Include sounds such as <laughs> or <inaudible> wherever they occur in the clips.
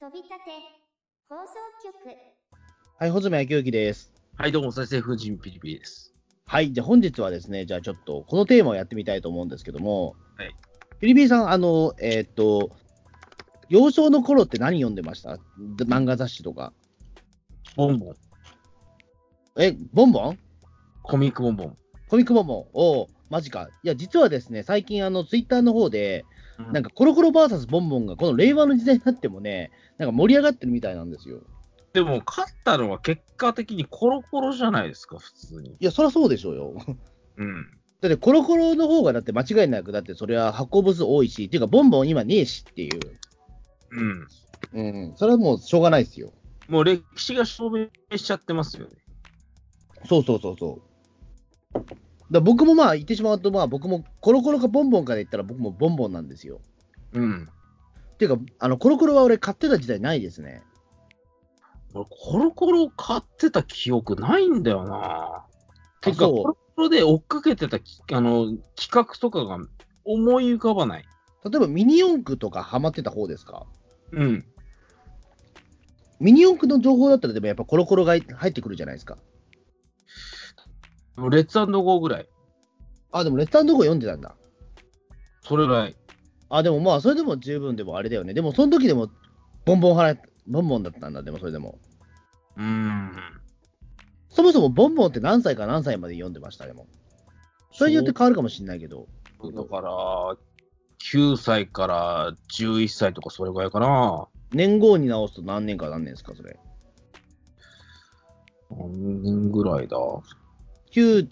飛び立て放送局はい、ほずめやきゆきです。はい、どうも、再生風神ピリピリです。はい、じゃあ本日はですね、じゃあちょっとこのテーマをやってみたいと思うんですけども、はい。ピリピリさん、あの、えーっと、幼少の頃って何読んでましたで漫画雑誌とか。ボンボン、え、ボンボンコミックボンボン。コミックボンボンおおマジか。いや、実はですね、最近、あの、ツイッターの方で、なんか、か、コロコロ VS ボンボンが、この令和の時代になってもね、なんか盛り上がってるみたいなんですよ。でも、勝ったのは結果的にコロコロじゃないですか、普通に。いや、そりゃそうでしょうよ。 <laughs> うん。だって、コロコロの方が、だって間違いなく、だって、それは発行部数多いし、っていうか、ボンボン今ねえしっていう。うん。うん、それはもうしょうがないですよ。もう歴史が証明しちゃってますよね。そうそうそうそう。だから僕もまあ言ってしまうと、まあ僕もコロコロかボンボンかで言ったら僕もボンボンなんですよ。うん。っていうか、あのコロコロは俺買ってた時代ないですね。俺、コロコロ買ってた記憶ないんだよな。てか、そうコロコロで追っかけてたきあの企画とかが思い浮かばない。例えばミニ四駆とかハマってた方ですかうん。ミニ四駆の情報だったらでもやっぱコロコロが入ってくるじゃないですか。レッツゴーぐらい。あ、でもレッドアンドゴー読んでたんだ。それぐらい。あ、でもまあそれでも十分でもあれだよね。でもその時でもボンボン払え、ボンボンだったんだ、でもそれでも。うん。そもそもボンボンって何歳か何歳まで読んでました、でも。それによって変わるかもしれないけど。だから、9歳から11歳とかそれぐらいかな。年号に直すと何年か何年ですか、それ。何年ぐらいだ9、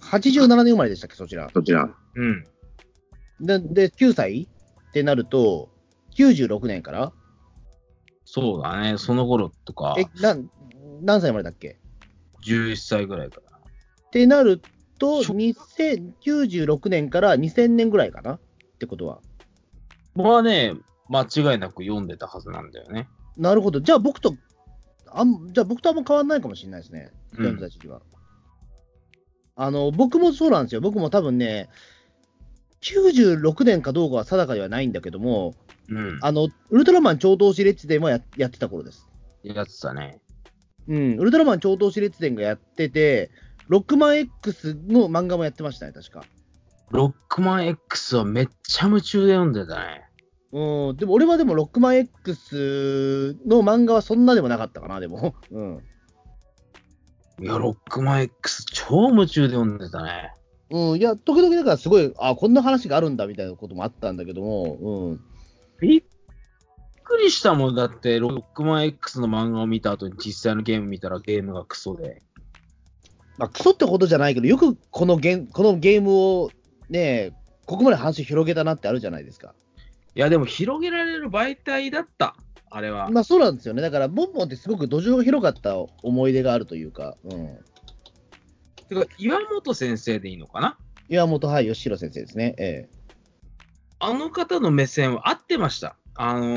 87年生まれでしたっけ、そちら。そちら。うん。で、で9歳ってなると、96年からそうだね。その頃とか、え、なん、何歳生まれだっけ11歳ぐらいかな。ってなると、そ2096年から2000年ぐらいかなってことは。僕はね、間違いなく読んでたはずなんだよね。なるほど。じゃあ僕と、あんじゃあ僕とあんま変わんないかもしれないですね。うん読んでた時期は。あの、僕もそうなんですよ。僕も多分ね、96年かどうかは定かではないんだけども、うん。あの、ウルトラマン超投資列伝もややってた頃です。やってたね。うん、ウルトラマン超投資列伝がやってて、ロックマン X の漫画もやってましたね、確か。ロックマン X はめっちゃ夢中で読んでたね。うん、でも俺はでもロックマン X の漫画はそんなでもなかったかな、でも。うん。いや、ロックマン X 超夢中で読んでたね。うん、いや、時々だからすごい、あ、こんな話があるんだみたいなこともあったんだけども、びっくりしたもんだって、ロックマン X の漫画を見た後に実際のゲーム見たらゲームがクソで。まあ、クソってことじゃないけど、よくこのゲこのゲームをね、ここまで話広げたなってあるじゃないですか。いや、でも広げられる媒体だった、あれは。まあそうなんですよね。だから、ボンボンってすごく土壌が広かった思い出があるというか、うん。てか、岩本先生でいいのかな岩本はい義弘先生ですね。ええあの方の目線は合ってました。あのー、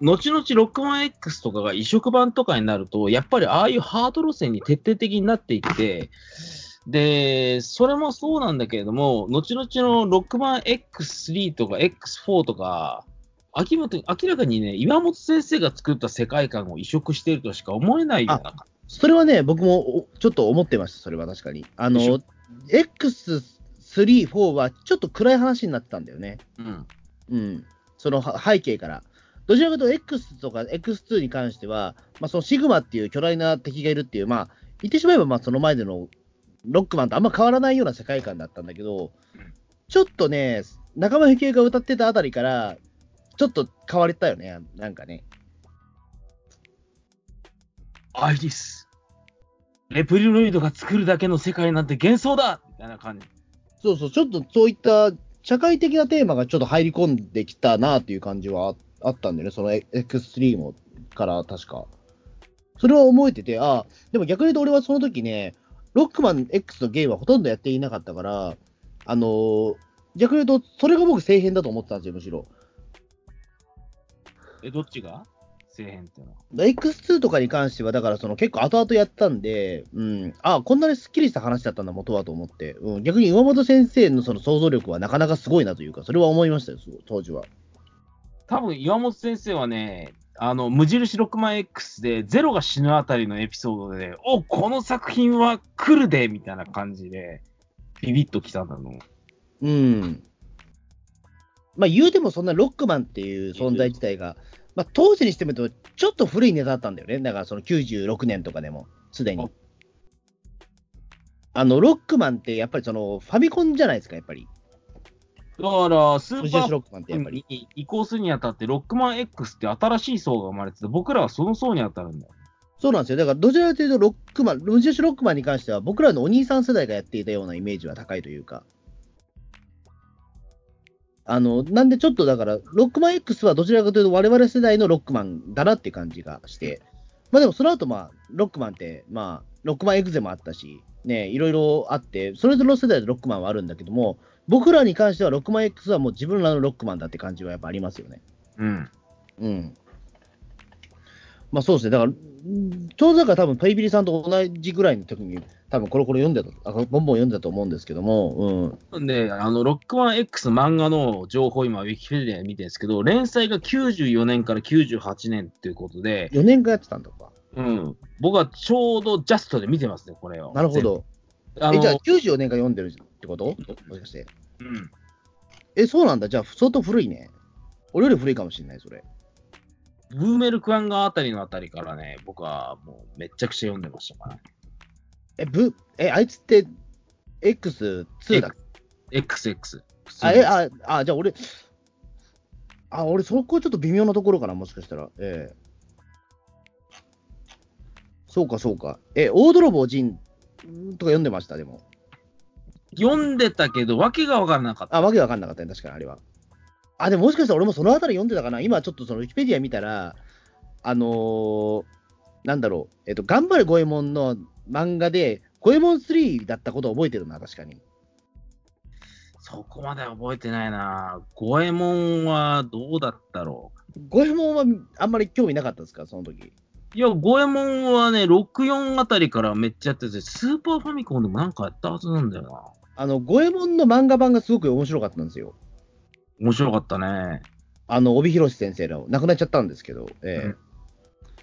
後々ロックマン X とかが移植版とかになると、やっぱりああいうハード路線に徹底的になっていって、で、それもそうなんだけれども、後々のロックマン X3 とか X4 とか、明らかに明らかにね、岩本先生が作った世界観を移植しているとしか思えないようなそれはね、僕もおちょっと思ってました、それは確かに。あでしのょ、 X3、4はちょっと暗い話になってたんだよね。うん。うん。そのは背景から。どちらかというと X とか X2 に関しては、まあ、そのシグマっていう巨大な敵がいるっていう、まあ、言ってしまえばまあその前でのロックマンとあんま変わらないような世界観だったんだけどうん、ちょっとね、仲間由紀恵が歌ってたあたりから、ちょっと変われたよね、なんかね。アイリス。レプリロイドが作るだけの世界なんて幻想だみたいな感じ。そうそう、ちょっとそういった社会的なテーマがちょっと入り込んできたなという感じはああったんでね、その X3 もから確か。それは思えてて、あでも逆に言うと俺はその時ね、ロックマン X のゲームはほとんどやっていなかったから、あのー逆に言うと、それが僕、正変だと思ってたんですよ、むしろ。え、どっちがせえへんっていうのは。 X2 とかに関しては、だからその結構後々やったんで、うん、あこんなにすっきりした話だったんだ、元はと思って、うん、逆に岩本先生のその想像力はなかなかすごいなというか、それは思いましたよ、そう当時は。多分岩本先生はね、あの、無印6万 X で、ゼロが死ぬあたりのエピソードで、お、この作品は来るでみたいな感じで、ビビッと来たんだろう。うん。まあ言うてもそんなロックマンっていう存在自体が、まあ当時にしてみるとちょっと古いネタだったんだよね。だからその96年とかでも、すでに。あの、ロックマンってやっぱりそのファミコンじゃないですか、やっぱり。だから、ス無ーパ印ーロックマンってやっぱり。に移行するにあたって、ロックマン X って新しい層が生まれてて、僕らはその層に当たるんだよ。そうなんですよ。だからどちらかというとロックマン、無印ロックマンに関しては僕らのお兄さん世代がやっていたようなイメージは高いというか。あの、なんでちょっとだから、ロックマン X はどちらかというと我々世代のロックマンだなって感じがして。まあでもその後まあ、ロックマンって、まあ、ロックマンエグゼもあったし、ね、いろいろあって、それぞれの世代でロックマンはあるんだけども、僕らに関してはロックマン X はもう自分らのロックマンだって感じはやっぱありますよね。うん。うん。まあそうですね。だから、うんちょうどだから多分、パイビリさんと同じぐらいの時に、多分コロコロ読んでた、あボンボン読んでたと思うんですけども、なんで、あの、ロックマン X 漫画の情報、今、ウィキペディアで見てるんですけど、連載が94年から98年っていうことでうん。、4年間やってたんだか。うん。僕はちょうどジャストで見てますね、これを。なるほど。全部。あえ、のじゃあ94年間読んでるってこともしかして。うん。え、そうなんだ。じゃあ相当古いね。俺より古いかもしれない、それ。ブーメルクワンガーあたりのあたりからね、僕はもうめっちゃくちゃ読んでましたから、ね。え、ぶ、え、あいつって、X2 だっけ XX。普通あ、にえ、あ、あ、じゃあ俺、あ、俺そこちょっと微妙なところかな、もしかしたら。ええそうか、そうか。え、大泥棒陣とか読んでました、でも。読んでたけど、わけがわからなかった。あ、わけわかんなかったね、確かにあれは。あ、でももしかしたら俺もそのあたり読んでたかな。今ちょっとそのウィキペディア見たら、あのーなんだろう、えっと、頑張れ五右衛門の漫画で、五右衛門3だったことを覚えてるな、確かに。そこまでは覚えてないな。五右衛門はどうだったろう。五右衛門はあんまり興味なかったですか、その時。いや、五右衛門はね、64あたりからめっちゃやってて、スーパーファミコンでもなんかやったはずなんだよな。あの、五右衛門の漫画版がすごく面白かったんですよ。面白かったね。あの、帯広先生の、亡くなっちゃったんですけど、ええうん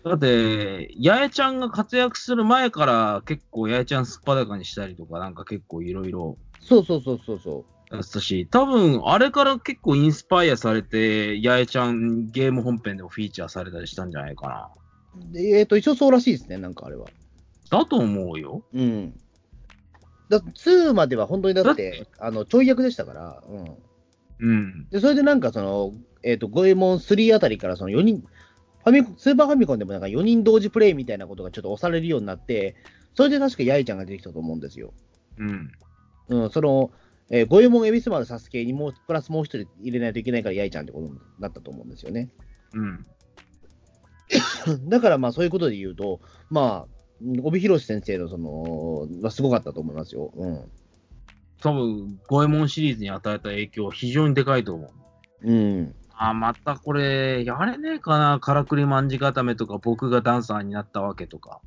だって、八重ちゃんが活躍する前から結構八重ちゃんすっぱだかにしたりとか、なんか結構いろいろそうそうそうそうそう。やってたし、多分あれから結構インスパイアされて、八重ちゃんゲーム本編でもフィーチャーされたりしたんじゃないかな。でえっ、と、一応そうらしいですね、なんかあれは。だと思うよ。うん。だ2までは本当にだだっってて、あの、ちょい役でしたから、うん。うん。で、それでなんかその、えっ、と、五右衛門3あたりからその4人、ファミコンスーパーファミコンでもなんか4人同時プレイみたいなことがちょっと押されるようになって、それで確か八重ちゃんが出てきたと思うんですよ。うん。うん、その、えー、五右衛門恵比寿丸サスケにもう、プラスもう一人入れないといけないから、やいちゃんってことになったと思うんですよね。うん。だからまあ、そういうことで言うと、まあ、帯広先生のその、はすごかったと思いますよ。うん。多分、五右衛門シリーズに与えた影響は非常にでかいと思う。うん。あ、またこれ、やれねえかな。からくりまんじ固めとか、僕がダンサーになったわけとか。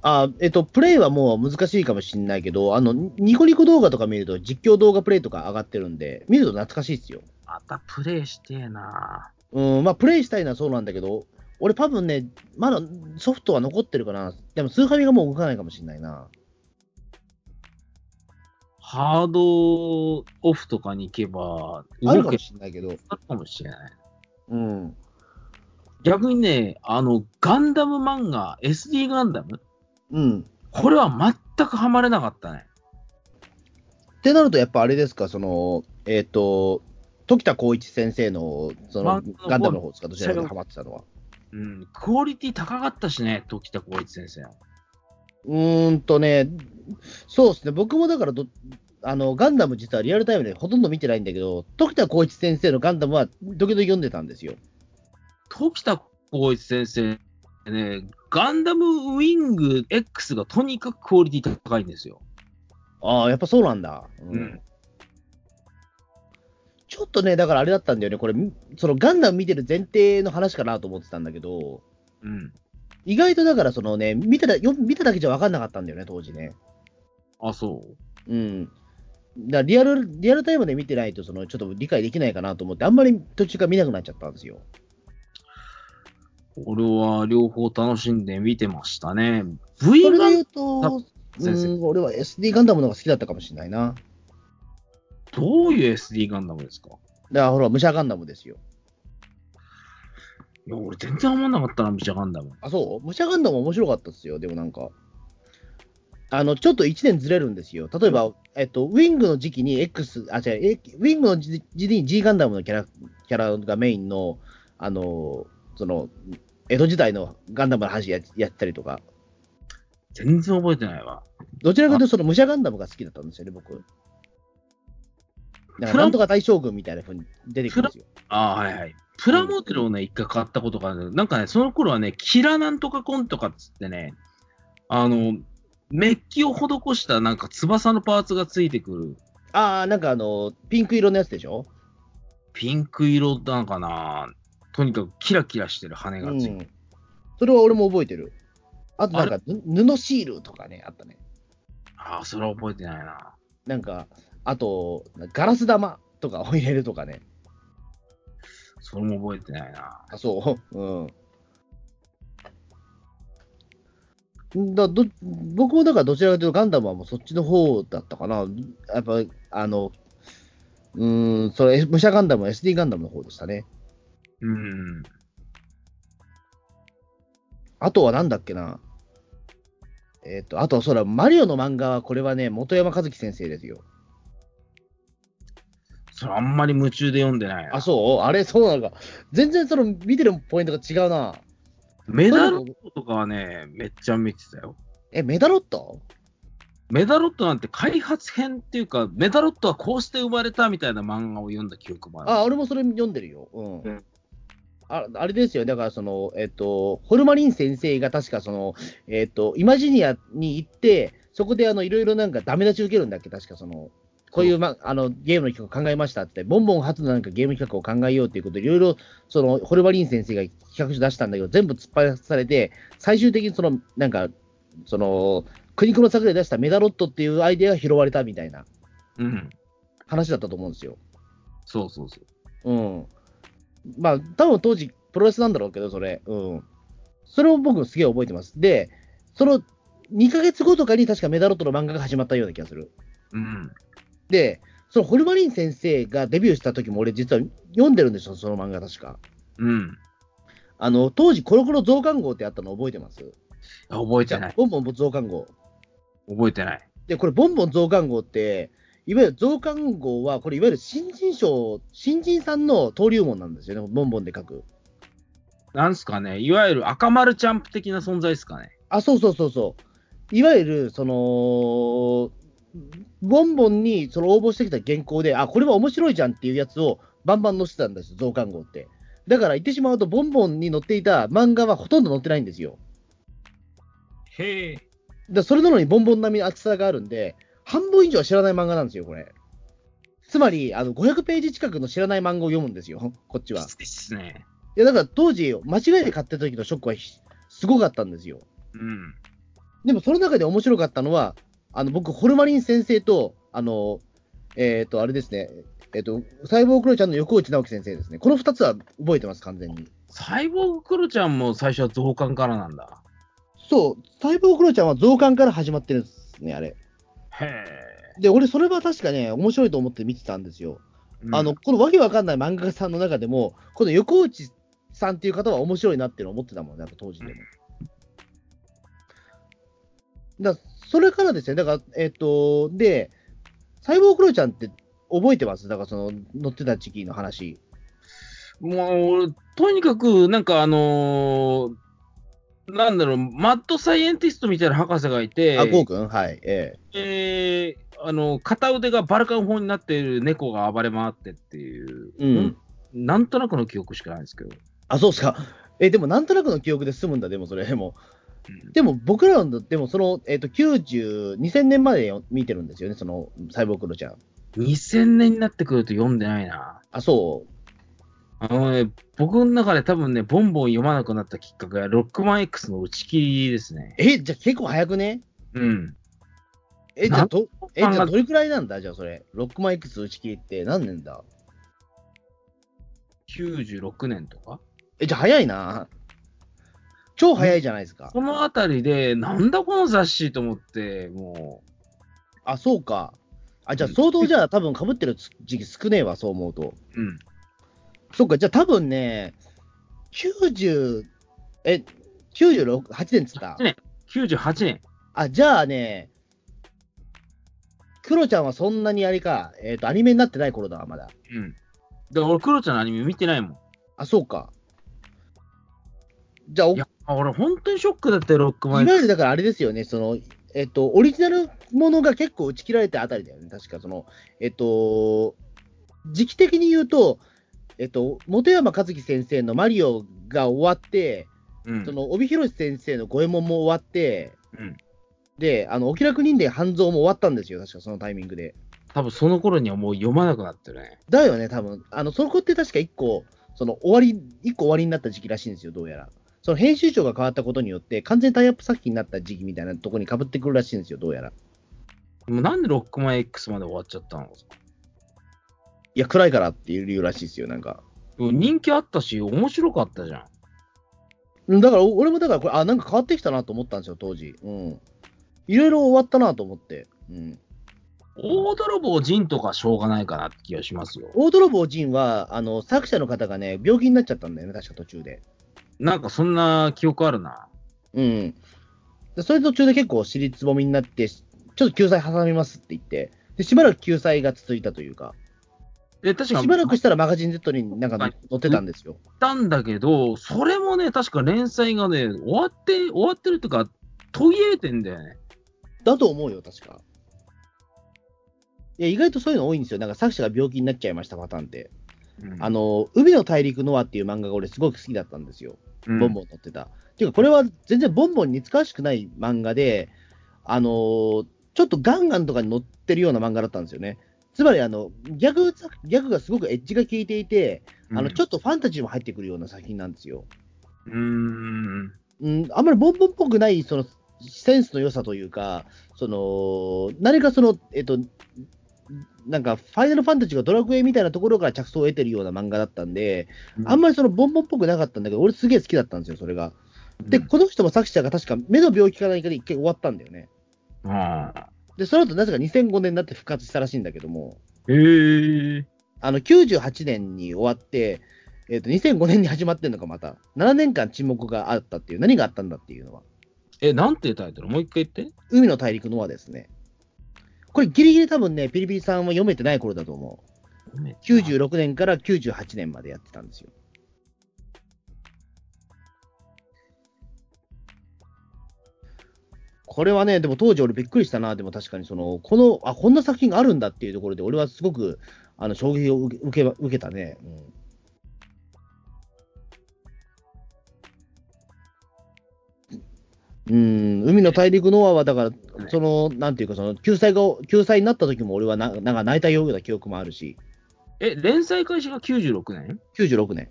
あえっと、プレイはもう難しいかもしれないけど、あの、ニコニコ動画とか見ると、実況動画プレイとか上がってるんで、見ると懐かしいですよ。またプレイしてえな。うん、まあ、プレイしたいのはそうなんだけど、俺多分ね、まだソフトは残ってるかな。でも、スーファミがもう動かないかもしれないな。ハードオフとかに行けば、ある動かけもしれないけど。あるかもしれない。うん。逆にね、あの、ガンダム漫画、SD ガンダム、うん。これは全くハマれなかったね。ってなると、やっぱあれですか、その、えっ、と、時田光一先生の、その漫画の、方ガンダムの方ですか、どちらかにハマってたのは。うん、クオリティ高かったしね、時田光一先生の。うーんとね、そうですね、僕もだからど、あの、ガンダム実はリアルタイムでほとんど見てないんだけど、時田光一先生のガンダムは、時々読んでたんですよ。時田光一先生、ね、ガンダムウィング X がとにかくクオリティ高いんですよ。ああ、やっぱそうなんだ。うんうんちょっとね、だからあれだったんだよね、これ、みそのガンダム見てる前提の話かなと思ってたんだけど、うん。意外とだから、そのね、見ただよ見ただけじゃ分かんなかったんだよね、当時ね。あ、そうう。ん。だからリアル、リアルタイムで見てないと、その、ちょっと理解できないかなと思って、あんまり途中から見なくなっちゃったんですよ。俺は両方楽しんで見てましたね。そ V れでガン言うと、う先生ーん、俺は SD ガンダムの方が好きだったかもしれないな。どういう SD ガンダムですかだからほら、武者ガンダムですよ。いや、俺全然思わなかったな、ミチャガンダム。あ、そう武者ガンダム面白かったですよ。でもなんか、あの、ちょっと1年ずれるんですよ。例えば、えっと、ウィングの時期に X、あ、違う、えウィングの時期に G ガンダムのキャラ、キャラがメインの、あの、その、江戸時代のガンダムの話ややったりとか、全然覚えてないわ。どちらかというとその武者ガンダムが好きだったんですよね、僕。なんかフランなんとか大将軍みたいな風に出てくるんですよ。ああ、はいはい。プラモデルをね、一回買ったことがある。なんかね、その頃はね、キラなんとかコンとかっつってね、あの、メッキを施したなんか翼のパーツがついてくる。ああ、なんかあの、ピンク色のやつでしょピンク色なのかなとにかくキラキラしてる羽がついてる。うん、それは俺も覚えてる。あとなんか、ぬ布シールとかね、あったね。ああ、それは覚えてないな。なんか、あと、ガラス玉とかを入れるとかね。それも覚えてないな。あ、そう。 <laughs> うん。だど僕もだからどちらかというとガンダムはもうそっちの方だったかな。やっぱ、あの、うーん、それ、武者ガンダムは SD ガンダムの方でしたね。うん。あとはなんだっけな。えっ、と、あと、そら、マリオの漫画は、これはね、元山和樹先生ですよ。それあんまり夢中で読んでないな。あ、そうあれ、そうなのか。全然、その、見てるポイントが違うな。メダロットとかはね、めっちゃ見てたよ。え、メダロットメダロットなんて開発編っていうか、メダロットはこうして生まれたみたいな漫画を読んだ記憶もある。あ、俺もそれ読んでるよ。うん。うんああれですよ、だからその、えっと、ホルマリン先生が確かその、えっと、イマジニアに行って、そこであのいろいろなんかダメ出し受けるんだっけ、確かその、こういう、ま、あのゲームの企画を考えましたって、ボンボン初のなんかゲーム企画を考えようっていうことで、いろいろそのホルマリン先生が企画書出したんだけど、全部突っ張らされて、最終的にその、なんか、その、苦肉の策で出したメダロットっていうアイデアが拾われたみたいなうん。話だったと思うんですよ。そうそうそう。うん。まあ、多分当時、プロレスなんだろうけど、それ。うん。それを僕すげえ覚えてます。で、その2ヶ月後とかに確かメダロットの漫画が始まったような気がする。うん。で、そのホルマリン先生がデビューした時も俺実は読んでるんですよ、その漫画確か。うん。いあの、当時コロコロ増刊号ってあったの覚えてますや覚えてない。ボンボン増刊号。覚えてない。で、これボンボン増刊号って、いわゆる増刊号は、これいわゆる新人賞、新人さんの登竜門なんですよね、ボンボンで書く。なんすかね、いわゆる赤丸チャンプ的な存在ですかね。あ、そうそうそうそう。いわゆる、その、ボンボンにその応募してきた原稿で、あ、これは面白いじゃんっていうやつをバンバン載せてたんですよ、増刊号って。だから言ってしまうと、ボンボンに載っていた漫画はほとんど載ってないんですよ。へえ。だそれなのにボンボン並みの厚さがあるんで、半分以上は知らない漫画なんですよ、これ。つまり、あの、500ページ近くの知らない漫画を読むんですよ、こっちはき。ついっすね。いや、だから当時、間違えて買った時のショックはひすごかったんですよ。うん。でもその中で面白かったのは、あの僕、ホルマリン先生と、あの、えっ、と、あれですね、えっ、と、サイボークロイちゃんの横内直樹先生ですね。この2つは覚えてます、完全に。サイボーグクロちゃんも最初は増刊からなんだ。そう、サイボークロイちゃんは増刊から始まってるんですね、あれ。へえ。で、俺、それは確かね、面白いと思って見てたんですよ。うんあの、、このわけわかんない漫画家さんの中でも、この横内さんっていう方は面白いなっていうのを思ってたもんね、やっぱ当時でも。だそれからですね、だから、えっ、と、で、サイボークロイちゃんって覚えてますだから、その、乗ってた時期の話。もう、とにかく、なんかあのーなんだろう、マッドサイエンティストみたいな博士がいて、あ、ゴーくんはい、えええーあの片腕がバルカン砲になっている猫が暴れ回ってっていう、うん。なんとなくの記憶しかないんですけど、あ、そうっすか。え、でも、なんとなくの記憶で済むんだ、でも、それ、でもうん。でも、僕らの、でも、その、えっ、と、90、2000年までよ見てるんですよね、その、サイボークロイちゃん。 2000年になってくると読んでないな。あ、そう。あのね、僕の中で多分ね、ボンボン読まなくなったきっかけは、ロックマン X の打ち切りですね。え、じゃあ結構早くねうん。え、じゃあ、ど、え、じなんゃかあ、どれくらいなんだじゃあ、それ。ロックマン X 打ち切りって何年だ96年とかえ、じゃあ、早いな。超早いじゃないですか。このあたりで、なんだこの雑誌と思って、もあ、そうか。あ、じゃあ、相当じゃあ、多分被ってる時期少ねえわ、そう思うと。う、うん。そっか、じゃあ、多分ね、90、え、96、8年っつった8。年、98年。あ、じゃあね、クロちゃんはそんなにあれか、えっ、と、アニメになってない頃だわ、まだ。うん。だから俺、クロちゃんのアニメ見てないもん。あ、そうか。じゃあ、おいやあ俺、本当にショックだったよ、ロックマいンわ。ゆるだからあれですよね、その、えっと、オリジナルものが結構打ち切られたあたりだよね、確か、その、えっと、時期的に言うと、えっと、本山和樹先生のマリオが終わって、うんそ。の、帯広先生の五右衛門も終わって、うんで、あの、お気楽人で半蔵も終わったんですよ、確か、そのタイミングで。多分その頃にはもう読まなくなってるね。だよね、多分あの、そこって確か一個、その、終わり、一個終わりになった時期らしいんですよ、どうやら。その編集長が変わったことによって、完全タイアップ作品になった時期みたいなとこに被ってくるらしいんですよ、どうやら。もうなんでロックマン X まで終わっちゃったのいや、暗いからっていう理由らしいですよ、なんか。でも人気あったし、面白かったじゃん。うんだから、お俺もだから、これ、あ、なんか変わってきたなと思ったんですよ、当時。うん。いろいろ終わったなと思って。うん。大泥棒ジンとかしょうがないかなって気がしますよ。大泥棒ジンは、あの、作者の方がね、病気になっちゃったんだよね、確か途中で。なんかそんな記憶あるな。うん。でそれで途中で結構尻つぼみになって、ちょっと救済挟みますって言って、で、しばらく救済が続いたというか、え、確しかばらくしたらマガジン Z になんか載ってたんですよ。行ったんだけど、それもね、確か連載がね、終わって、終わってるっていうか、途切れてんだよね。だと思うよ、確か。いや、意外とそういうの多いんですよ。なんか作者が病気になっちゃいましたパターンって。うんあ、の、海の大陸ノアっていう漫画が俺すごく好きだったんですよ。うんボンボン載ってた。っていうか、これは全然ボンボンに使わしくない漫画で、あのーちょっとガンガンとかに載ってるような漫画だったんですよね。つまり、あの、ギャグ作、ギャグがすごくエッジが効いていて、あの、ちょっと。っとファンタジーも入ってくるような作品なんですよ。うーん。うん、あんまりボンボンっぽくない、その、センスの良さというか、その、何かその、えっと、なんか、ファイナルファンタジーがドラクエみたいなところから着想を得てるような漫画だったんで、あんまりそのボンボンっぽくなかったんだけど、俺すげえ好きだったんですよ、それが。で、この人も作者が確か目の病気か何かで一回終わったんだよね。うん、あで、その後なぜか2005年になって復活したらしいんだけども、ーへえ。あの、98年に終わって、えっ、と、2005年に始まってるのか、また。7年間沈黙があったっていう、何があったんだっていうのは。え、なんてタイトルもう一回言って。海の大陸のはですね。これギリギリ多分ね、ピリピリさんは読めてない頃だと思う。96年から98年までやってたんですよ。これはね、でも当時俺びっくりしたな、でも確かにその、この、あ、こんな作品があるんだっていうところで、俺はすごく、あの、衝撃を受け受けば受けたね。うんうん、海の大陸ノアは、だから、その、なんていうか、その、救済が、救済になった時も俺はな、なんか泣いたような記憶もあるし、え、連載開始が96年96年。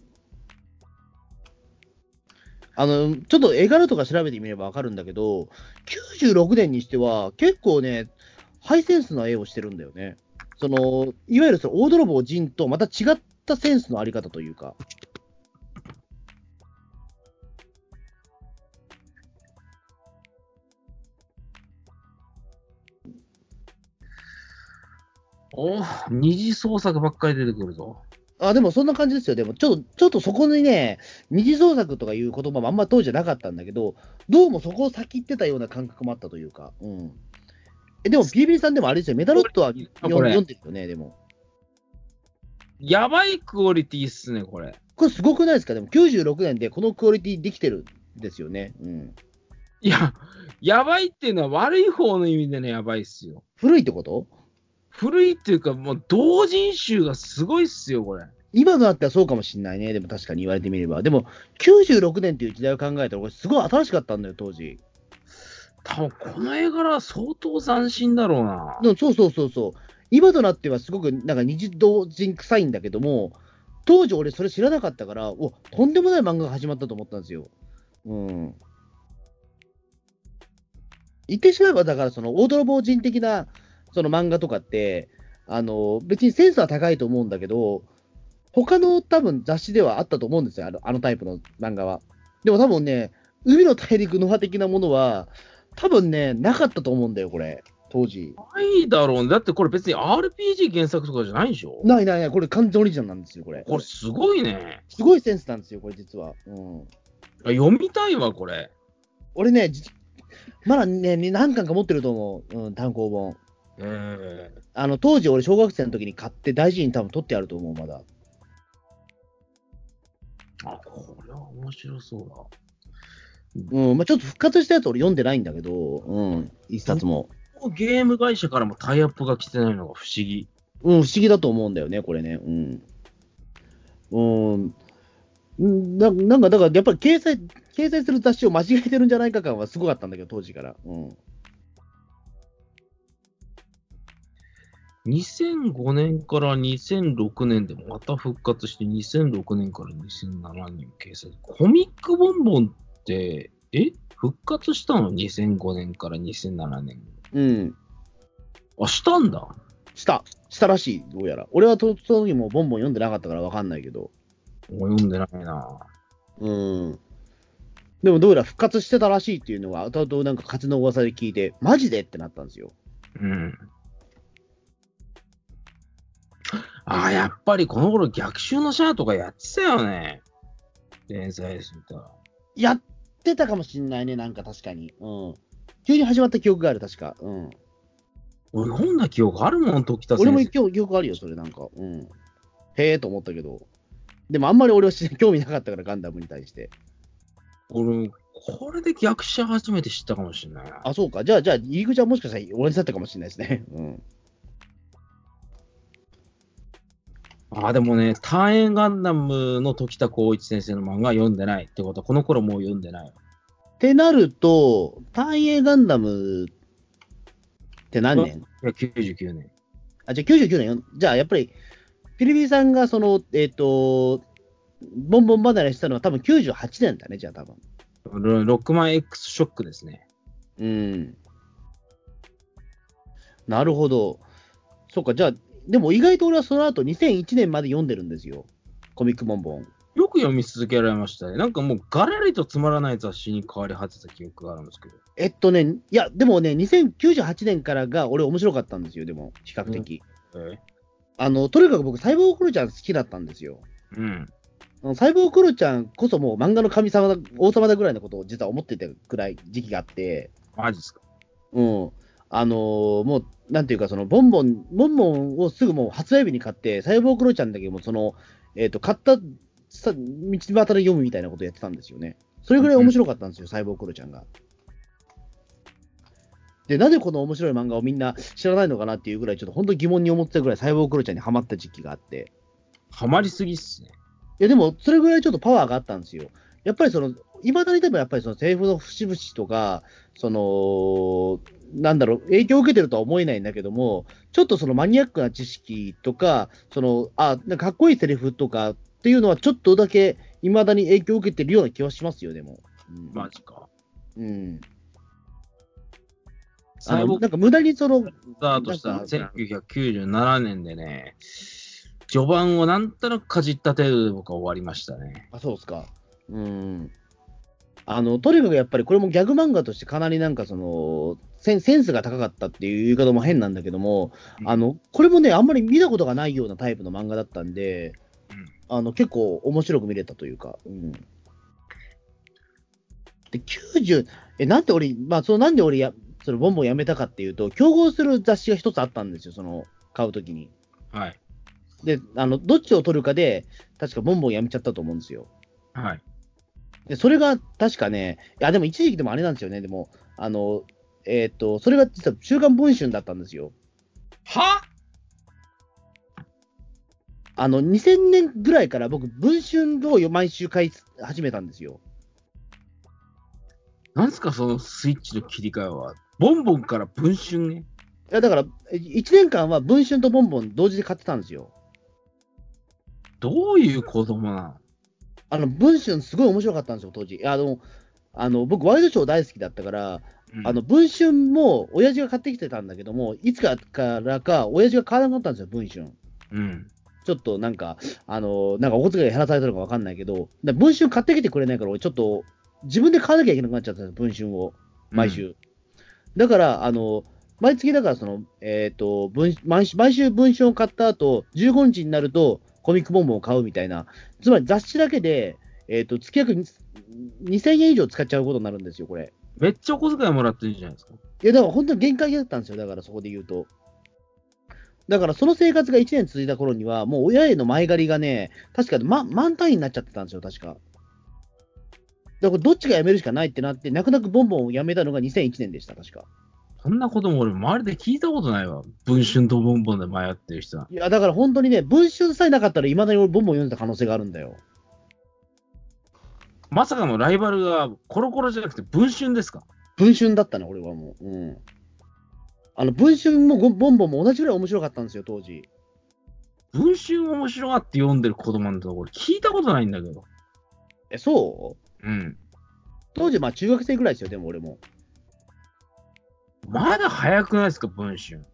あの、ちょっと絵柄とか調べてみればわかるんだけど、96年にしては、結構ね、ハイセンスな絵をしてるんだよね。その、いわゆるその大泥棒人とまた違ったセンスのあり方というか。おー二次創作ばっかり出てくるぞ。あ、でもそんな感じですよ。でも、ちょっと、ちょっとそこにね、二次創作とかいう言葉もあんま当時じゃなかったんだけど、どうもそこを先行ってたような感覚もあったというか。うん。え、でも、ビリビリさんでもあれですよ。メダロットは読あこれ読んでるよね、でも。やばいクオリティっすね、これ。これすごくないですかでも、96年でこのクオリティできてるんですよね。うん。いや、やばいっていうのは悪い方の意味でのやばいっすよ。古いってこと古いっていうか、もう同人集がすごいっすよ、これ。今があったらそうかもしんないね。でも確かに言われてみれば。でも、96年という時代を考えたら、これすごい新しかったんだよ、当時。多分この絵柄は相当斬新だろうな。でもそうそうそうそう。今となってはすごくなんか二次同人臭いんだけども、当時俺それ知らなかったから、おとんでもない漫画が始まったと思ったんですよ。うん。言ってしまえば、だからその大泥棒人的なその漫画とかって、あの別にセンスは高いと思うんだけど、他の多分雑誌ではあったと思うんですよ、あのあのタイプの漫画は。でも多分ね、海の大陸の派的なものは、多分ね、なかったと思うんだよ、これ、当時。ないだろうね。だってこれ別に RPG 原作とかじゃないでしょないないない、これ完全オリジナルなんですよ、これ。これすごいね。すごいセンスなんですよ、これ実は。うん、あ読みたいわ、これ。俺ね、じまだね、何巻か持ってると思う、うん、単行本。うん。あの当時、俺、小学生の時に買って、大事に多分取ってあると思う、まだ。あ、これは面白そうだ。うんまあ、ちょっと復活したやつ、俺、読んでないんだけど、うん、一冊も。このゲーム会社からもタイアップが来てないのが不思議。うん、不思議だと思うんだよね、これね。うん。うんうん、ななんか、だから、やっぱり掲載、掲載する雑誌を間違えてるんじゃないか感はすごかったんだけど、当時から。うん。 2005年から2006年でまた復活して、2006年から2007年掲載。コミックボンボンって、え復活したの ?2005 年から2007年。うん。あ、したんだ。した。したらしい、どうやら。俺はとその時もボンボン読んでなかったからわかんないけど。もう読んでないな。うん。でもどうやら復活してたらしいっていうのが、後々なんか勝ちの噂で聞いて、マジでってなったんですよ。うん。ああ、やっぱりこの頃逆襲のシャアとかやってたよね。連載してたら。やってたかもしんないね、なんか確かに。うん。急に始まった記憶がある、確か。うん。俺読んだ記憶あるもん、時田先生。俺も今日記憶あるよ、それなんか。うん。へえと思ったけど。でもあんまり俺はし興味なかったから、ガンダムに対して。俺、これで逆襲初めて知ったかもしれない。あ、そうか。じゃあ、じゃあ、入り口はもしかしたら俺だったかもしれないですね。 <laughs> うん。あ、でもね、ターエンガンダムの時田光一先生の漫画は読んでないってことは、この頃もう読んでない。ってなると、単影ガンダムって何年いや、99年。あ、じゃあ99年よ、じゃあやっぱり、フィリピンさんがその、えっ、と、ボンボン離れしたのは多分98年だね、じゃあ多分。ロロックマン X ショックですね。うん。なるほど。そっか、じゃあ、でも意外と俺はその後2001年まで読んでるんですよ。コミックボンボン。よく読み続けられましたね。なんかもうガラリとつまらない雑誌に変わり果てた記憶があるんですけど。えっとね、いや、でもね、2098年からが俺面白かったんですよ、でも、比較的。あの、とにかく僕、サイボーグクロちゃん好きだったんですよ。うん。あのサイボーグクロちゃんこそもう漫画の神様だ、王様だぐらいのことを実は思ってたぐらい時期があって、マジですか。うん、あのーもう、なんていうか、そのボンボン、ボンボンをすぐもう発売日に買って、サイボーグロちゃんだけもその、えっ、と、買ったさ道端で読むみたいなことやってたんですよね。それぐらい面白かったんですよ、サイボーグロちゃんが。で、なぜこの面白い漫画をみんな知らないのかなっていうぐらい、ちょっと本当に疑問に思ってたぐらい、サイボーグロちゃんにハマった時期があって。ハマりすぎっすね。いや、でも、それぐらいちょっとパワーがあったんですよ。やっぱりその、いまだにでもやっぱりその政府の節々とか、その、なんだろう、影響を受けてるとは思えないんだけども、ちょっとそのマニアックな知識とか、その、あ、なんかかっこいいセリフとかっていうのは、ちょっとだけ、いまだに影響を受けてるような気はしますよ、でも。うん。マジか。うん、あサイボのーグなんか無駄にその、スタートしたの1997年でね、序盤をなんとなくかじった程度で僕は終わりましたね。あ、そうですか。うん。あの、とにかくやっぱりこれもギャグ漫画としてかなりなんかその、センセンスが高かったっていう言い方も変なんだけども、うんあの、これもね、あんまり見たことがないようなタイプの漫画だったんで、あの、結構面白く見れたというか、うん。で、90、え、なんで俺、まあ、そのなんで俺や、そのボンボンやめたかっていうと、競合する雑誌が一つあったんですよ、その、買うときに。はい。で、あの、どっちを取るかで、確かボンボンやめちゃったと思うんですよ。はい。で、それが確かね、いや、でも一時期でもあれなんですよね、でも、あの、えーっ、と、それが実は週刊文春だったんですよ。はあの、2000年ぐらいから僕、文春を毎週買い始めたんですよ。なんすかそのスイッチの切り替えは。ボンボンから文春ね。いや、だから、1年間は文春とボンボン同時で買ってたんですよ。どういう子供なあの、文春すごい面白かったんですよ、当時。いや、あの、あの僕、ワイドショー大好きだったから、うんあの、文春も、親父が買ってきてたんだけども、いつかからか、親父が買わなかったんですよ、文春。うん。ちょっとなんか、あの、なんかお小遣いが減らされたのかわかんないけど、だ文春買ってきてくれないから、俺ちょっと、自分で買わなきゃいけなくなっちゃったんです文春を、毎週。だから、あの、毎月だから、その、えっ、と、文毎週、毎週文春を買った後、15日になると、コミックボンボンを買うみたいな、つまり雑誌だけで、えっ、と、月約に2000円以上使っちゃうことになるんですよ、これ。めっちゃお小遣いもらってるじゃないですか。いや、だから本当に限界だったんですよ、だからそこで言うと。だからその生活が1年続いた頃には、もう親への前借りがね、確か、ま、満単位になっちゃってたんですよ、確か。だからどっちが辞めるしかないってなって、泣く泣くボンボンを辞めたのが2001年でした、確か。そんなことも俺、周りで聞いたことないわ。文春とボンボンで迷ってる人は。いや、だから本当にね、文春さえなかったら、いまだに俺ボンボン読んでた可能性があるんだよ。まさかのライバルがコロコロじゃなくて文春ですか文春だったな、俺はもう。うん。あの、文春もごボンボンも同じぐらい面白かったんですよ、当時。文春面白がって読んでる子供なんて俺聞いたことないんだけど。え、そううん。当時、まあ中学生ぐらいですよ、でも俺も。まだ早くないですか、文春。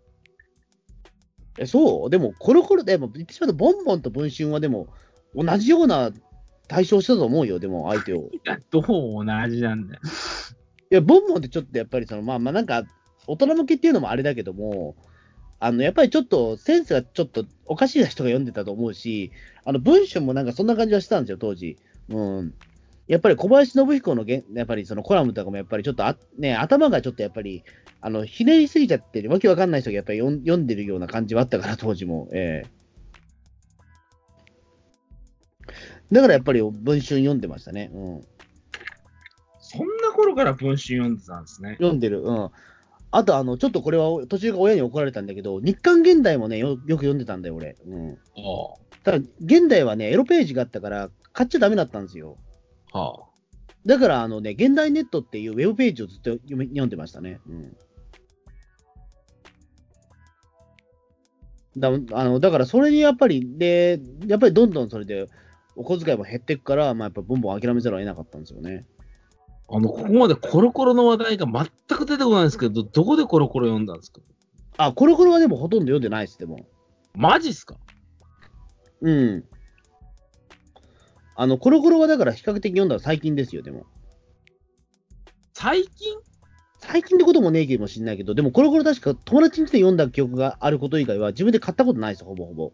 え、そうでも、コロコロ、でも、言ってしまうと、ボンボンと文春はでも、同じような対象したと思うよ、でも、相手を。いいや、どう同じなんだよ。や、ボンボンってちょっとやっぱり、その、まあまあ、なんか、大人向けっていうのもあれだけども、あの、やっぱりちょっと、センスがちょっとおかしいな人が読んでたと思うし、あの、文春もなんかそんな感じはしたんですよ、当時。うん。やっぱり小林信彦のげん、やっぱりそのコラムとかもやっぱりちょっとあ、ね、頭がちょっとやっぱり、あの、ひねりすぎちゃって、わけわかんない人がやっぱり読ん読んでるような感じはあったから、当時も。ええだからやっぱり文春読んでましたね。うん。そんな頃から文春読んでたんですね。読んでる。うん。あと、あの、ちょっとこれは途中から親に怒られたんだけど、日刊現代もね、よよく読んでたんだよ、俺。うん。はただ、現代はね、エロページがあったから、買っちゃダメだったんですよ。あ。はだから、あのね、現代ネットっていうウェブページをずっと読み読んでましたね。うん。だあのだから、それにやっぱり、で、やっぱりどんどんそれで、お小遣いも減っていくから、まあ、やっぱボンボン諦めざるを得なかったんですよね。あ。あの、ここまでコロコロの話題が全く出てこないんですけど、どこでコロコロ読んだんですかあ、コロコロはでもほとんど読んでないです、でも。マジっすかうん。あの、コロコロはだから比較的読んだら最近ですよ、でも。最近最近ってこともねえけどもしんないけど、でもコロコロ確か友達にて読んだ記憶があること以外は自分で買ったことないです、ほぼほぼ。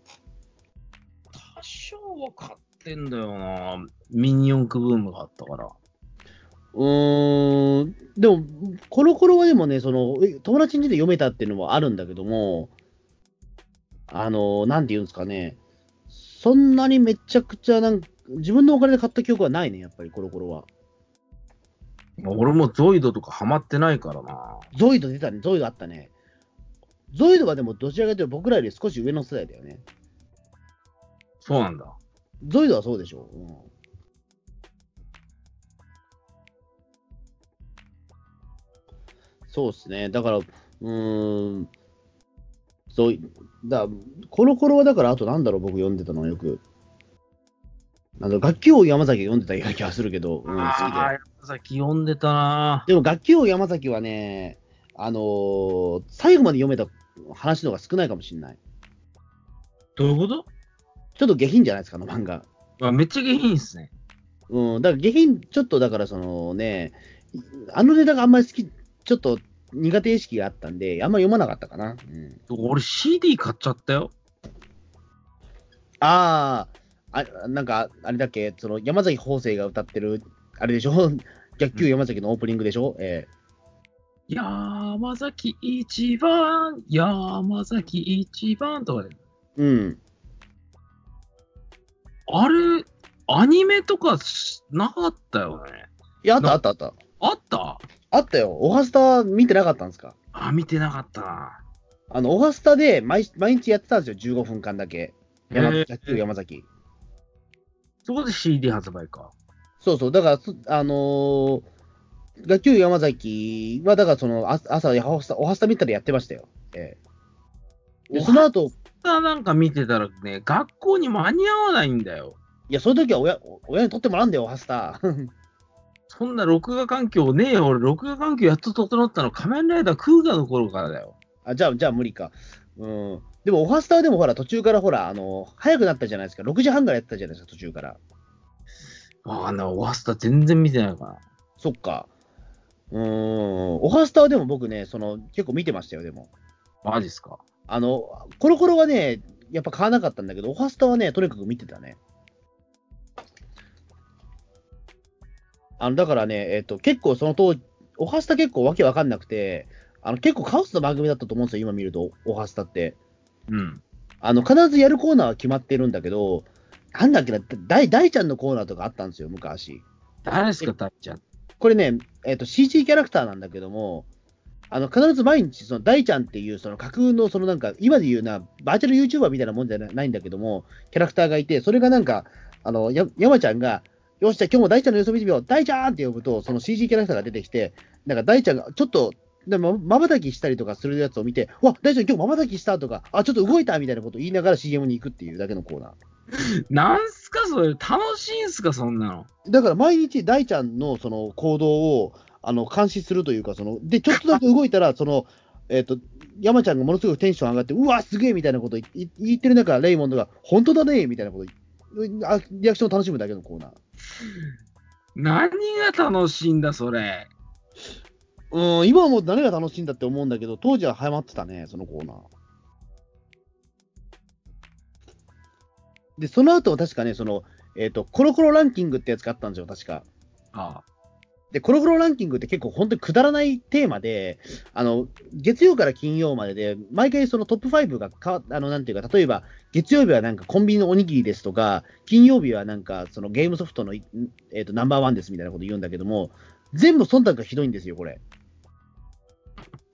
多少は買ってんだよな。ミニ四駆ブームがあったから。うーん、でも、コロコロはでもね、そのえ友達にて読めたっていうのもあるんだけども、あの、なんていうんですかね、そんなにめちゃくちゃなんか、自分のお金で買った記憶はないね、やっぱりコロコロは。俺もゾイドとかハマってないからな。ゾイド出たね、ゾイドあったね。ゾイドはでも、どちらかというと僕らより少し上の世代だよね。そうなんだ。ゾイドはそうでしょう。うんそうですね。だから、うーん。そうい、だコロコロはだから、あとなんだろう、僕読んでたのよく。あの、楽器王山崎が読んでたような気がするけど、うん、好きああ、で。山崎読んでたな。でも、楽器王山崎はね、あのー最後まで読めた話の方が少ないかもしれない。どういうことちょっと下品じゃないですか、あの漫画。あめっちゃ下品っすね。うん、だから下品、ちょっとだからそのね、あのネタがあんまり好き、ちょっと苦手意識があったんで、あんまり読まなかったかな。うん、俺 CD 買っちゃったよ。ああ、あなんか、あれだっけ、その山崎邦生が歌ってる、あれでしょ <laughs> 逆球山崎のオープニングでしょ、え山崎一番、山崎一番とかで。えうん。あれ、アニメとかしなかったよね。いや、あったあったあった。あったあったよ。オハスタ見てなかったんですかあ、見てなかったな。あの、オハスタで毎毎日やってたんですよ、15分間だけ。山へえ逆球山崎。そこで CD 発売か。そうそう、だからそ、あのー、学級山崎は、だからその、あ朝、おはスタ、おはスタ見たらやってましたよ。ええ。で、おはその後、ただなんか見てたらね、学校に間に合わないんだよ。いや、そういう時は親、お親に取ってもらうんだよ、おはスタ。そそんな録画環境ねえよ。俺、録画環境やっと整ったの、仮面ライダー空ガの頃からだよ。 <laughs> あ、じゃあ、じゃあ無理か。うん。でも、オハスターでもほら、途中からほら、あの、早くなったじゃないですか。6時半からやってたじゃないですか、途中から。ああ、な、オハスタ全然見てないかそっか。うーん。オハスターでも僕ね、その、結構見てましたよ、でも。な。マジっすか。あの、コロコロはね、やっぱ買わなかったんだけど、オハスタはね、とにかく見てたね。あの、だからね、えっ、と、結構その当時、オハスタ結構わけわかんなくて、あの、結構カオスの番組だったと思うんですよ、今見ると、オハスタって。うん。あの、必ずやるコーナーは決まってるんだけど、なんだっけな、大、大ちゃんのコーナーとかあったんですよ、昔。誰ですか、大ちゃん。 <laughs> これね、えっ、と、CG キャラクターなんだけども、あの、必ず毎日、その、大ちゃんっていう、その、架空の、そのなんか、今で言うな、バーチャル YouTuber みたいなもんじゃなないんだけども、キャラクターがいて、それがなんか、あの、や、山ちゃんが、よし、じゃあ今日も大ちゃんの様子見てみよう、大ちゃんって呼ぶと、その CG キャラクターが出てきて、なんか大ちゃんが、ちょっと、でま瞬きしたりとかするやつを見て、うわ、大ちゃん今日瞬きしたとか、あ、ちょっと動いたみたいなことを言いながら CM に行くっていうだけのコーナー。なんすか、それ。楽しいんすか、そんなの。だから毎日、大ちゃんのその行動をあの監視するというか、そのでちょっとだけ動いたら、そのえっと山ちゃんがものすごくテンション上がって、うわ、すげえみたいなこといい言ってる中、レイモンドが、本当だねみたいなことあ、リアクションを楽しむだけのコーナー。何が楽しいんだ、それ。うん、今はもう何が楽しいんだって思うんだけど、当時はハマってたね、そのコーナー。で、その後は確かね、その、えっ、と、コロコロランキングってやつがあったんですよ、確か。あで、コロコロランキングって結構本当にくだらないテーマで、あの、月曜から金曜までで、毎回そのトップ5が変わあの、なんていうか、例えば、月曜日はなんかコンビニのおにぎりですとか、金曜日はなんかそのゲームソフトのい、えっ、と、ナンバーワンですみたいなこと言うんだけども、全部忖度がひどいんですよ、これ。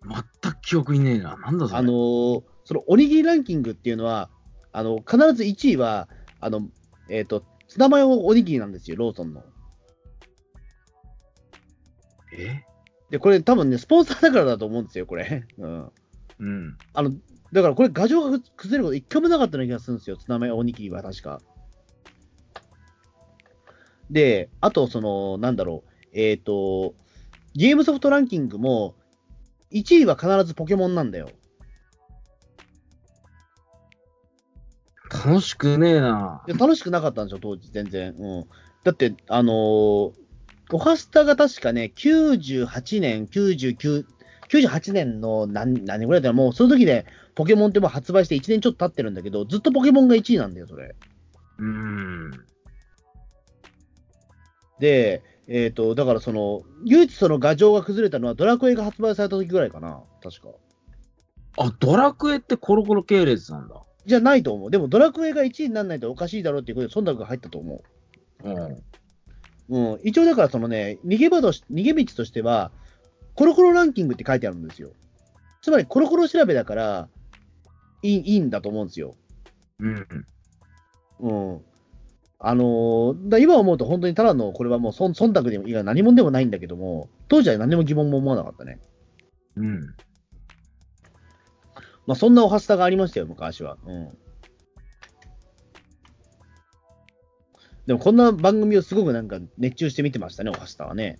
あ。全く記憶にねえな。なんだ、それ。あのーそのおにぎりランキングっていうのは、あの、必ず1位は、あの、えっ、と、ツナマヨおにぎりなんですよ、ローソンの。えで、これ多分ね、スポンサーだからだと思うんですよ、これ。 <laughs> うん。うん。あの、だからこれ、牙城が崩れること一回もなかったような気がするんですよ、津波おにぎりは確か。で、あと、その、なんだろう、えっ、と、ゲームソフトランキングも、1位は必ずポケモンなんだよ。楽しくねえな。で楽しくなかったんですよ、当時、全然。うん、だって、あのー、オハスタが確かね、98年、99、98年の何何年ぐらいだろう、もうその時で、ポケモンってもう発売して1年ちょっと経ってるんだけど、ずっとポケモンが1位なんだよ、それ。うん。で、えっ、と、だからその、唯一その牙城が崩れたのは、ドラクエが発売された時ぐらいかな、確か。あ、ドラクエってコロコロ系列なんだ。じゃないと思う。でも、ドラクエが1位にならないとおかしいだろうっていうことで、忖度が入ったと思うん。う。うん。一応、だからそのね、逃げ場とし逃げ道としては、コロコロランキングって書いてあるんですよ。つまり、コロコロ調べだから、いいいいんだと思うんですよ。うん。うん。あのーだ今思うと本当にただの、これはもう忖忖度でも、いや何もでもないんだけども、当時は何も疑問も思わなかったね。うん。まあ、そんなおはスタがありましたよ、昔は。うん。でも、こんな番組をすごくなんか熱中して見てましたね、おはスタはね。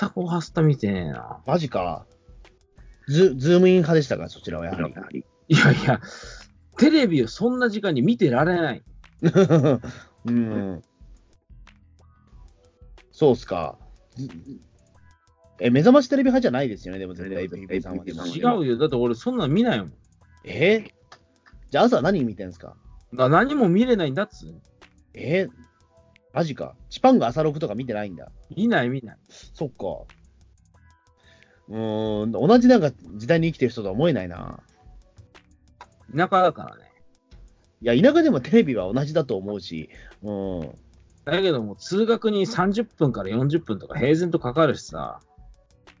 全くオハスタ見てねえな。マジか。ズズームイン派でしたか、そちらはやはり。いやいや、テレビをそんな時間に見てられない。 <laughs> うん。そうっすか。ずえ、目覚ましテレビ派じゃないですよね、でも絶対、ベイビーさんは。違うよ。だって俺そんなの見ないもん。えじゃあ朝何見てんすかな何も見れないんだっつうの。えマジか。チパンが朝6とか見てないんだ。見ない見ない。そっか。うーん、同じなんか時代に生きてる人とは思えないな。田舎だからね。いや、田舎でもテレビは同じだと思うし、うん。だけども、通学に30分から40分とか平然とかかるしさ、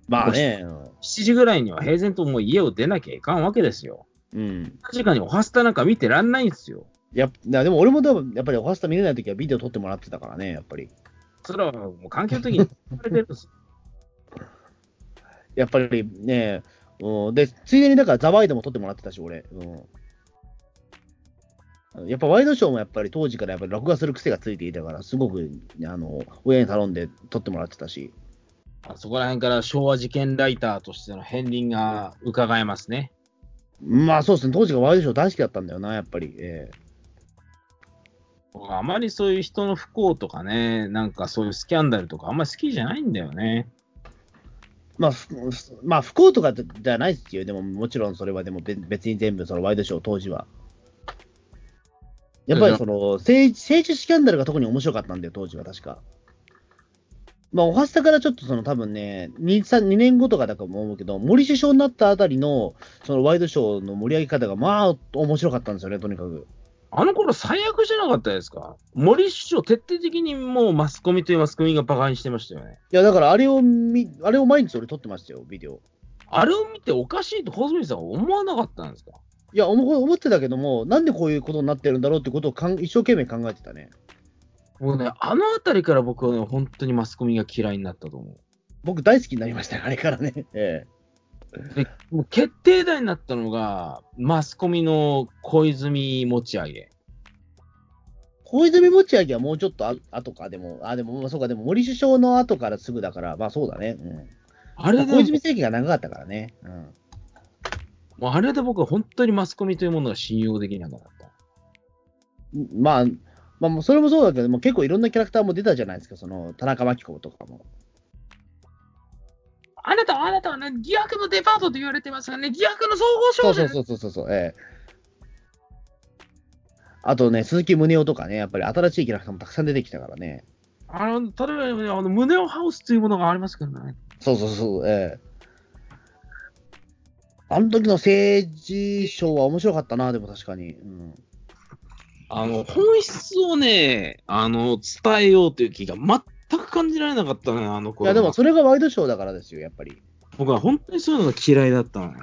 まあね、うん7時ぐらいには平然ともう家を出なきゃいかんわけですよ。うん。確かにオハスタなんか見てらんないんですよ。やっなでも俺も多分、やっぱりおはスタ見れないときはビデオ撮ってもらってたからね、やっぱり。それはもう環境的に言われてるんですよ。やっぱりね、うん、で、ついでにだからザワイドも撮ってもらってたし、俺。うん。やっぱワイドショーもやっぱり当時からやっぱり録画する癖がついていたから、すごく、あの、親に頼んで撮ってもらってたし、あそこら辺から昭和事件ライターとしての片鱗が伺えますね。まあそうですね、当時がワイドショー大好きだったんだよな、やっぱり。え僕あまりそういう人の不幸とかね、なんかそういうスキャンダルとかあんまり好きじゃないんだよね。えまあ、ふまあ、不幸とかじゃないですよ、でももちろんそれはでもべ別に全部そのワイドショー当時は。やっぱりその政治政治スキャンダルが特に面白かったんだよ、当時は確か。まあ、おはスタからちょっとその多分ね、2, 3 2年後とかだと思うけど、森首相になったあたりのそのワイドショーの盛り上げ方がまあ面白かったんですよね、とにかく。あの頃最悪じゃなかったですか森首相徹底的にもうマスコミというマスコミがバカにしてましたよね。いや、だからあれを見、あれを毎日俺撮ってましたよ、ビデオ。あれを見ておかしいと穂積さんは思わなかったんですかいや、思思ってたけども、なんでこういうことになってるんだろうってことをかん一生懸命考えてたね。僕ね、あのあたりから僕はね、本当にマスコミが嫌いになったと思僕大好きになりましたよ、あれからね。 <laughs> ええ。う。もう決定打になったのが、マスコミの小泉持ち上げ。小泉持ち上げはもうちょっとあ後か、でも、あ、でも、まあそうか、でも森首相の後からすぐだから、まあそうだね。うんあれで小泉政権が長かったからね。うん。もうあれで僕は本当にマスコミというものが信用できなくなった。まあ、まあ、もうそれもそうだけど、もう結構いろんなキャラクターも出たじゃないですか、その、田中真紀子とかも。あなたはあなたはね、疑惑のデパートと言われてますがね、疑惑の総そ合うそうそうそうそうそう、ええ。あとね、鈴木宗男とかね、やっぱり新しいキャラクターもたくさん出てきたからね。あの、例えばね、あの、胸をハウスというものがありますからね。そうそうそう、ええ。あの時の政治賞は面白かったな、でも確かに。うん、あの、本質をね、あの、伝えようという気が全く感じられなかったね、あのい頃。や、でもそれがワイドショーだからですよ、やっぱり。僕は本当にそういうのが嫌いだったのね。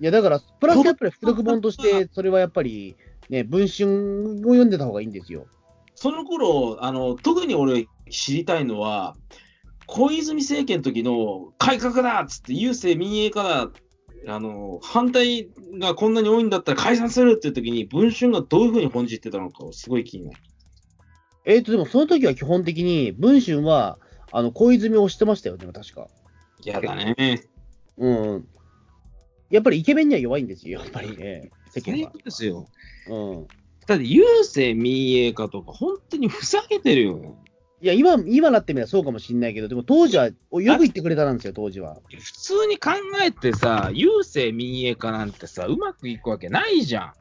いや、だから、プラスやっぱり復読本として、それはやっぱり、ね、文春を読んでた方がいいんですよ。その頃、あの、特に俺知りたいのは、小泉政権の時の改革だっつって、郵政民営化だ、あの、反対がこんなに多いんだったら解散するっていう時に、文春がどういうふうに本じってたのか、すごい気になる。えっ、と、でもその時は基本的に、文春は、あの、小泉を推してましたよ、でも確か。やだね。うん。やっぱりイケメンには弱いんですよ、やっぱりね、世間最は悪。ですよ。うん。だって郵政民営化とか、本当にふざけてるよね。いや、今、今なってみればそうかもしんないけど、でも当時は、およく言ってくれたなんですよ、当時は。普通に考えてさ、郵政民営化なんてさ、うまくいくわけないじゃん。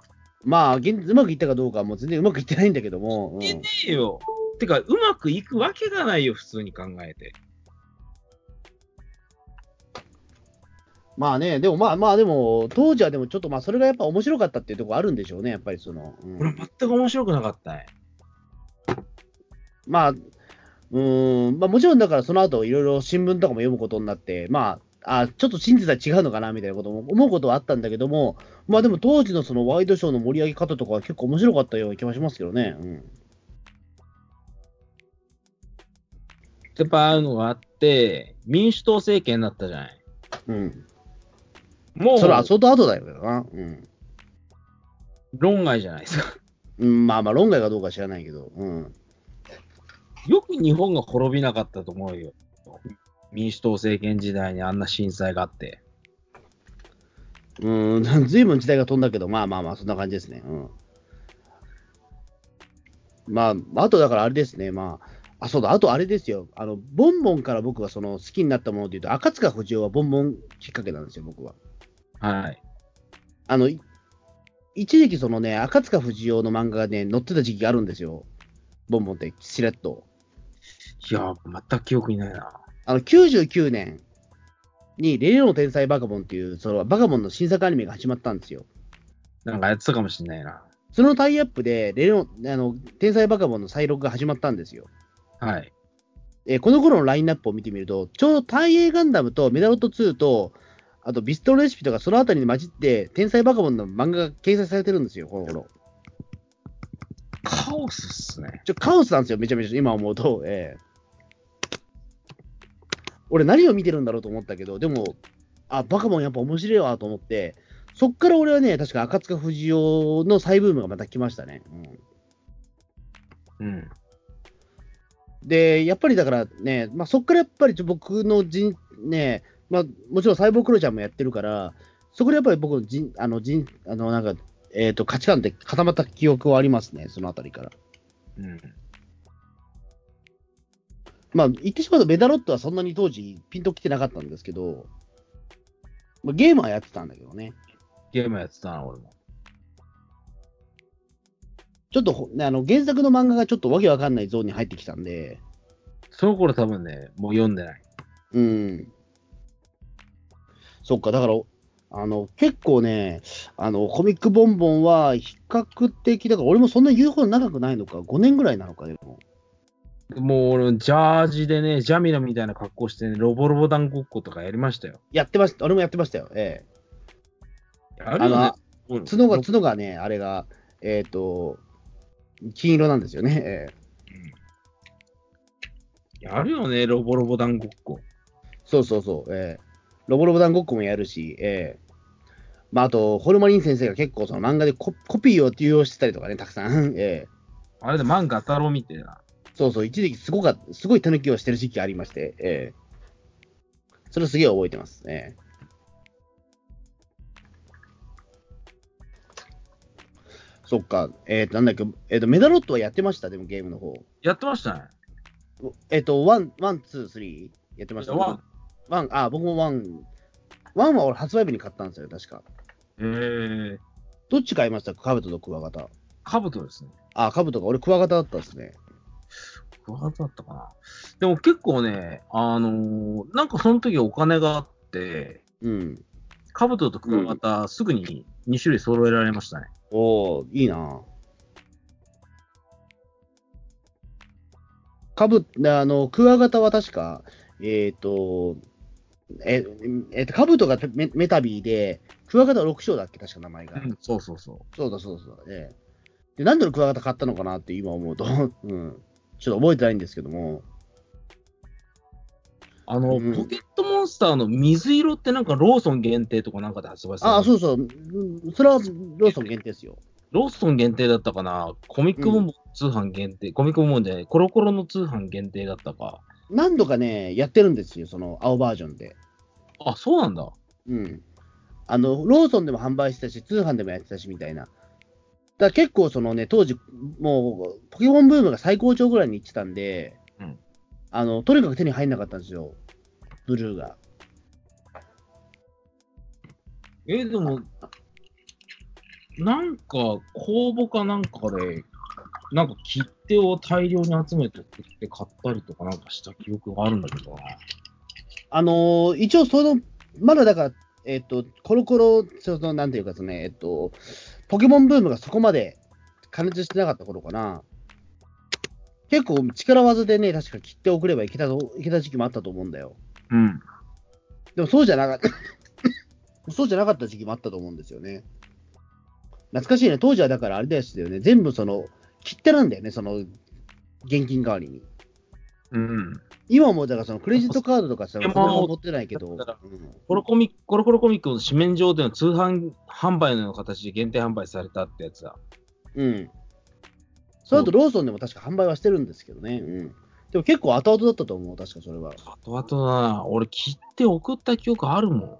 まあ、現うまくいったかどうかはもう全然うまくいってないんだけども、うんいねえよ。てか、うまくいくわけがないよ、普通に考えて。まあね、でもまあまあ、でも、当時はでもちょっとまあ、それがやっぱ面白かったっていうところあるんでしょうね、やっぱりその。うん俺、全く面白くなかったね。まあ、うーん、まあもちろんだからその後いろいろ新聞とかも読むことになって、まあ、あちょっと真実は違うのかなみたいなことも思うことはあったんだけども、まあでも当時のそのワイドショーの盛り上げ方とかは結構面白かったような気はしますけどね。うん。やっぱああいうのがあって、民主党政権になったじゃない。うん。もそれはう、相当後だよな。うん。論外じゃない <laughs> ですか。うん、まあまあ論外かどうかは知らないけど。うん。よく日本が滅びなかったと思うよ。民主党政権時代にあんな震災があって。うん、ずいぶん時代が飛んだけど、まあまあまあ、そんな感じですね。うん。まあ、あとだからあれですね、まあ、あ、そうだ、あとあれですよ、あの、ボンボンから僕はその好きになったものでいうと、赤塚不二夫はボンボンきっかけなんですよ、僕は。はい。あの、い一時期そのね、赤塚不二夫の漫画がね、載ってた時期があるんですよ。ボンボンって、しれっと。いや、全く記憶にないな。あの、99年に、レレオの天才バカボンっていう、そのバカボンの新作アニメが始まったんですよ。なんかやってたかもしれないな。そのタイアップで、レレオン、あの、天才バカボンの再録が始まったんですよ。はい。えーこの頃のラインナップを見てみると、ちょうど大英ガンダムとメダロット2と、あとビストロレシピとかそのあたりに混じって、天才バカボンの漫画が掲載されてるんですよ、この頃。カオスっすね。ちょ、カオスなんですよ、めちゃめちゃ、今思うと。ええ俺何を見てるんだろうと思ったけど、でも、あ、バカボンやっぱ面白いわと思って、そっから俺はね、確か赤塚不二夫の再ブームがまた来ましたね。うん。で、やっぱりだからね、まあ、そっからやっぱりちょ僕の人、ね、まあ、もちろんサイボーグクロちゃんもやってるから、そこでやっぱり僕の人、あの人、あの、なんか、えっ、と、価値観って固まった記憶はありますね、そのあたりから。うん。まあ、言ってしまうとメダロットはそんなに当時ピンときてなかったんですけど、まあ、ゲームはやってたんだけどね。ゲームやってたな、俺も。ちょっとほ、ね、あの、原作の漫画がちょっとわけわかんないゾーンに入ってきたんで、その頃多分ね、もう読んでない。うん。そっか、だから、あの、結構ね、あの、コミックボンボンは比較的、だから俺もそんな言うほど長くないのか、5年ぐらいなのか、でも。もう俺、ジャージでね、ジャミラみたいな格好してね、ロボロボ団ごっことかやりましたよ。やってました、俺もやってましたよ。えやえるよねあ。うんの、角が、角がね、あれが、えっ、と、金色なんですよね。ええやるよね、ロボロボ団ごっこ。そうそうそう、ええロボロボ団ごっこもやるし、ええまあ、あと、ホルマリン先生が結構その漫画でココピーを流用してたりとかね、たくさん、 <laughs> ええあれで漫画太郎みたいな。そうそう、一時期すごかっすごい手抜きをしてる時期がありまして、ええそれすげえ覚えてますね。そっか、えっ、と、なんだっけ、えっ、と、メダロットはやってました、でもゲームの方。やってましたね。えっ、と、ワン、ワン、ツー、スリーやってました、ワン。ワン、あ、僕もワン。ワンは俺発売日に買ったんですよ、確か。えー、どっち買いましたかカブトとクワガタ。カブトですね。あ、カブトか。俺クワガタだったんですね。クワガタだったかな。でも結構ね、あのーなんかその時お金があって、うん。カブトとクワガタ、すぐに2種類揃えられましたね。おー、いいなカブ、あの、クワガタは確か、えっ、と、え、えっ、と、カブトがメメタビーで、クワガタは6章だっけ確か名前が。うん、そうそうそそうだそうだそうだ。ええで、なんで俺クワガタ買ったのかなって今思うと、 <laughs> うん。ちょっと覚えてないんですけども。う。あの、うんポケットモンスターの水色ってなんかローソン限定とかなんかで発売された。ああ、そうそう。うんそれはローソン限定ですよ。ローソン限定だったかな、コミックボンボン通販限定、コミックボンボンじゃない、コロコロの通販限定だったか。何度かね、やってるんですよ、その青バージョンで。あ、そうなんだ。うん。あの、ローソンでも販売してたし、通販でもやってたし、みたいな。だから結構そのね、当時、もう、ポケモンブームが最高潮ぐらいに行ってたんで、うんあの、とにかく手に入んなかったんですよ、ブルーが。えーでも、なんか、公募かなんかで、なんか切手を大量に集めてって買ったりとかなんかした記憶があるんだけどな。あのー一応その、まだだから、えっ、と、コロコロ、その、なんていうかですね、えっ、と、ポケモンブームがそこまで加熱してなかった頃かな。結構力技でね、確か切って送ればいけたと、いけた時期もあったと思うんだよ。うん。でもそうじゃなかった、 <laughs> そうじゃなかった時期もあったと思うんですよね。懐かしいね。当時はだからあれだよね。全部その、切手なんだよね。その、現金代わりに。うん。今思うだからそのクレジットカードとかさ、ポケモンそんな持ってないけど。だかうんコロコミコロコロコミックの紙面上での通販販売のような形で限定販売されたってやつだ。うん。その後ローソンでも確か販売はしてるんですけどね。うん。でも結構後々だったと思う、確かそれは。後々だな。俺切手送った記憶あるもん。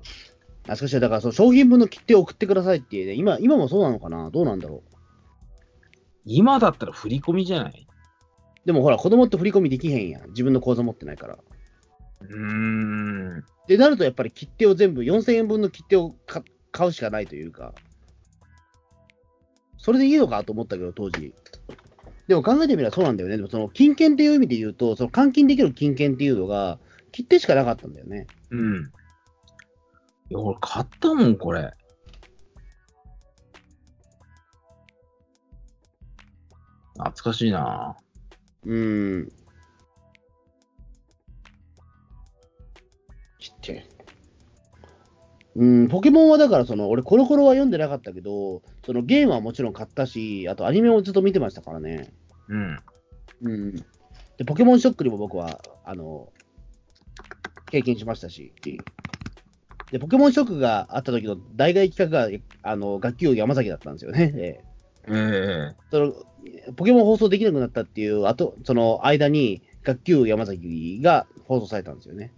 懐かしい。だからその商品分の切手を送ってくださいっていうね、今、今もそうなのかなどうなんだろう。今だったら振り込みじゃないでもほら、子供って振り込みできへんやん。自分の口座持ってないから。うーん。でなるとやっぱり切手を全部、4000円分の切手をか買うしかないというか。それでいいのかと思ったけど、当時。でも考えてみればそうなんだよね。でもその金券っていう意味で言うと、その換金できる金券っていうのが、切手しかなかったんだよね。うん。いや、俺買ったもん、これ。懐かしいなうん。切って。うん、ポケモンはだからその、俺、コロコロは読んでなかったけど、そのゲームはもちろん買ったし、あとアニメもずっと見てましたからね。うん。うん。で、ポケモンショックにも僕は、あの、経験しましたし。で、ポケモンショックがあった時の代替企画が、あの、学級山崎だったんですよね。ええええその、ポケモン放送できなくなったっていう、あと、その間に、学級山崎が放送されたんですよね。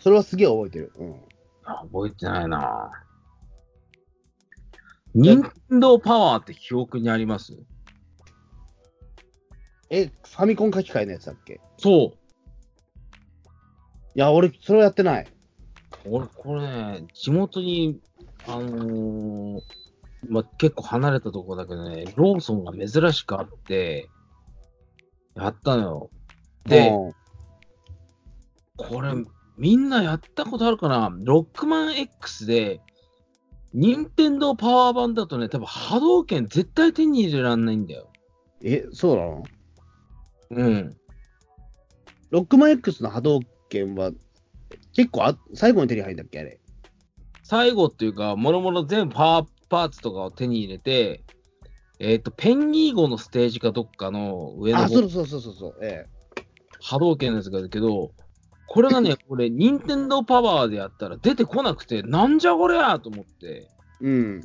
それはすげえ覚えてる。うん。あ覚えてないな任天堂パワーって記憶にありますえ、ファミコン書き換えのやつだっけそう。いや、俺、それはやってない。俺、これね、地元に、あのーまあ、結構離れたところだけどね、ローソンが珍しくあって、やったのよ。で、うんこれ、みんなやったことあるかなロックマン X で、任天堂パワー版だとね、多分波動拳絶対手に入れらんないんだよ。え、そうなのうん。ロックマン X の波動拳は、結構あ、最後に手に入るんだっけあれ。最後っていうか、もろもろ全部パワーパーツとかを手に入れて、えっ、と、ペンギー号のステージかどっかの上のあ、方そうそうそうそうそう。え波動拳のやつがだけど、これが <laughs> ね、俺、任天堂パワーでやったら出てこなくて、なんじゃこりゃと思っえ。て、うん。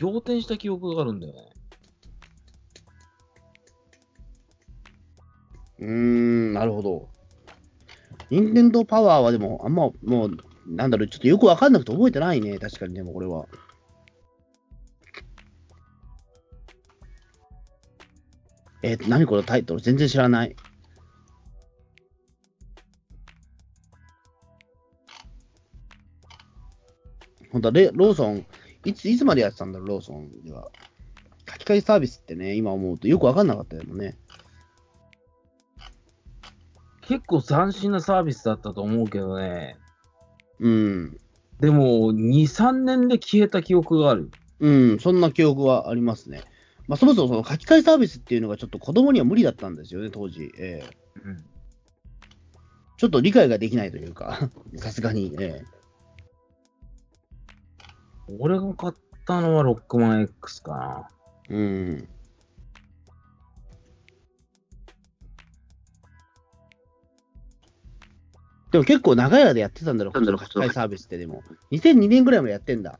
仰天した記憶があるんだよね。うーん、なるほど。任天堂パワーはでも、あんま、もう、なんだろう、ちょっとよくわかんなくて覚えてないね。確かに、でもこれは。えー、何このタイトル全然知らない。本当はレローソンいつ、いつまでやってたんだろう、ローソンでは。書き換えサービスってね、今思うとよくわかんなかったよね。結構斬新なサービスだったと思うけどね。うん。でも、2、3年で消えた記憶がある。うん、そんな記憶はありますね。まあ、そもそもその書き換えサービスっていうのがちょっと子供には無理だったんですよね、当時。ええうん、ちょっと理解ができないというか、 <laughs> さすがに、ええ俺が買ったのはロックマン X かな。うん。でも結構長い間やってたんだろう、なんだろう書き換えサービスってでも。2002年ぐらいまでやってんだ。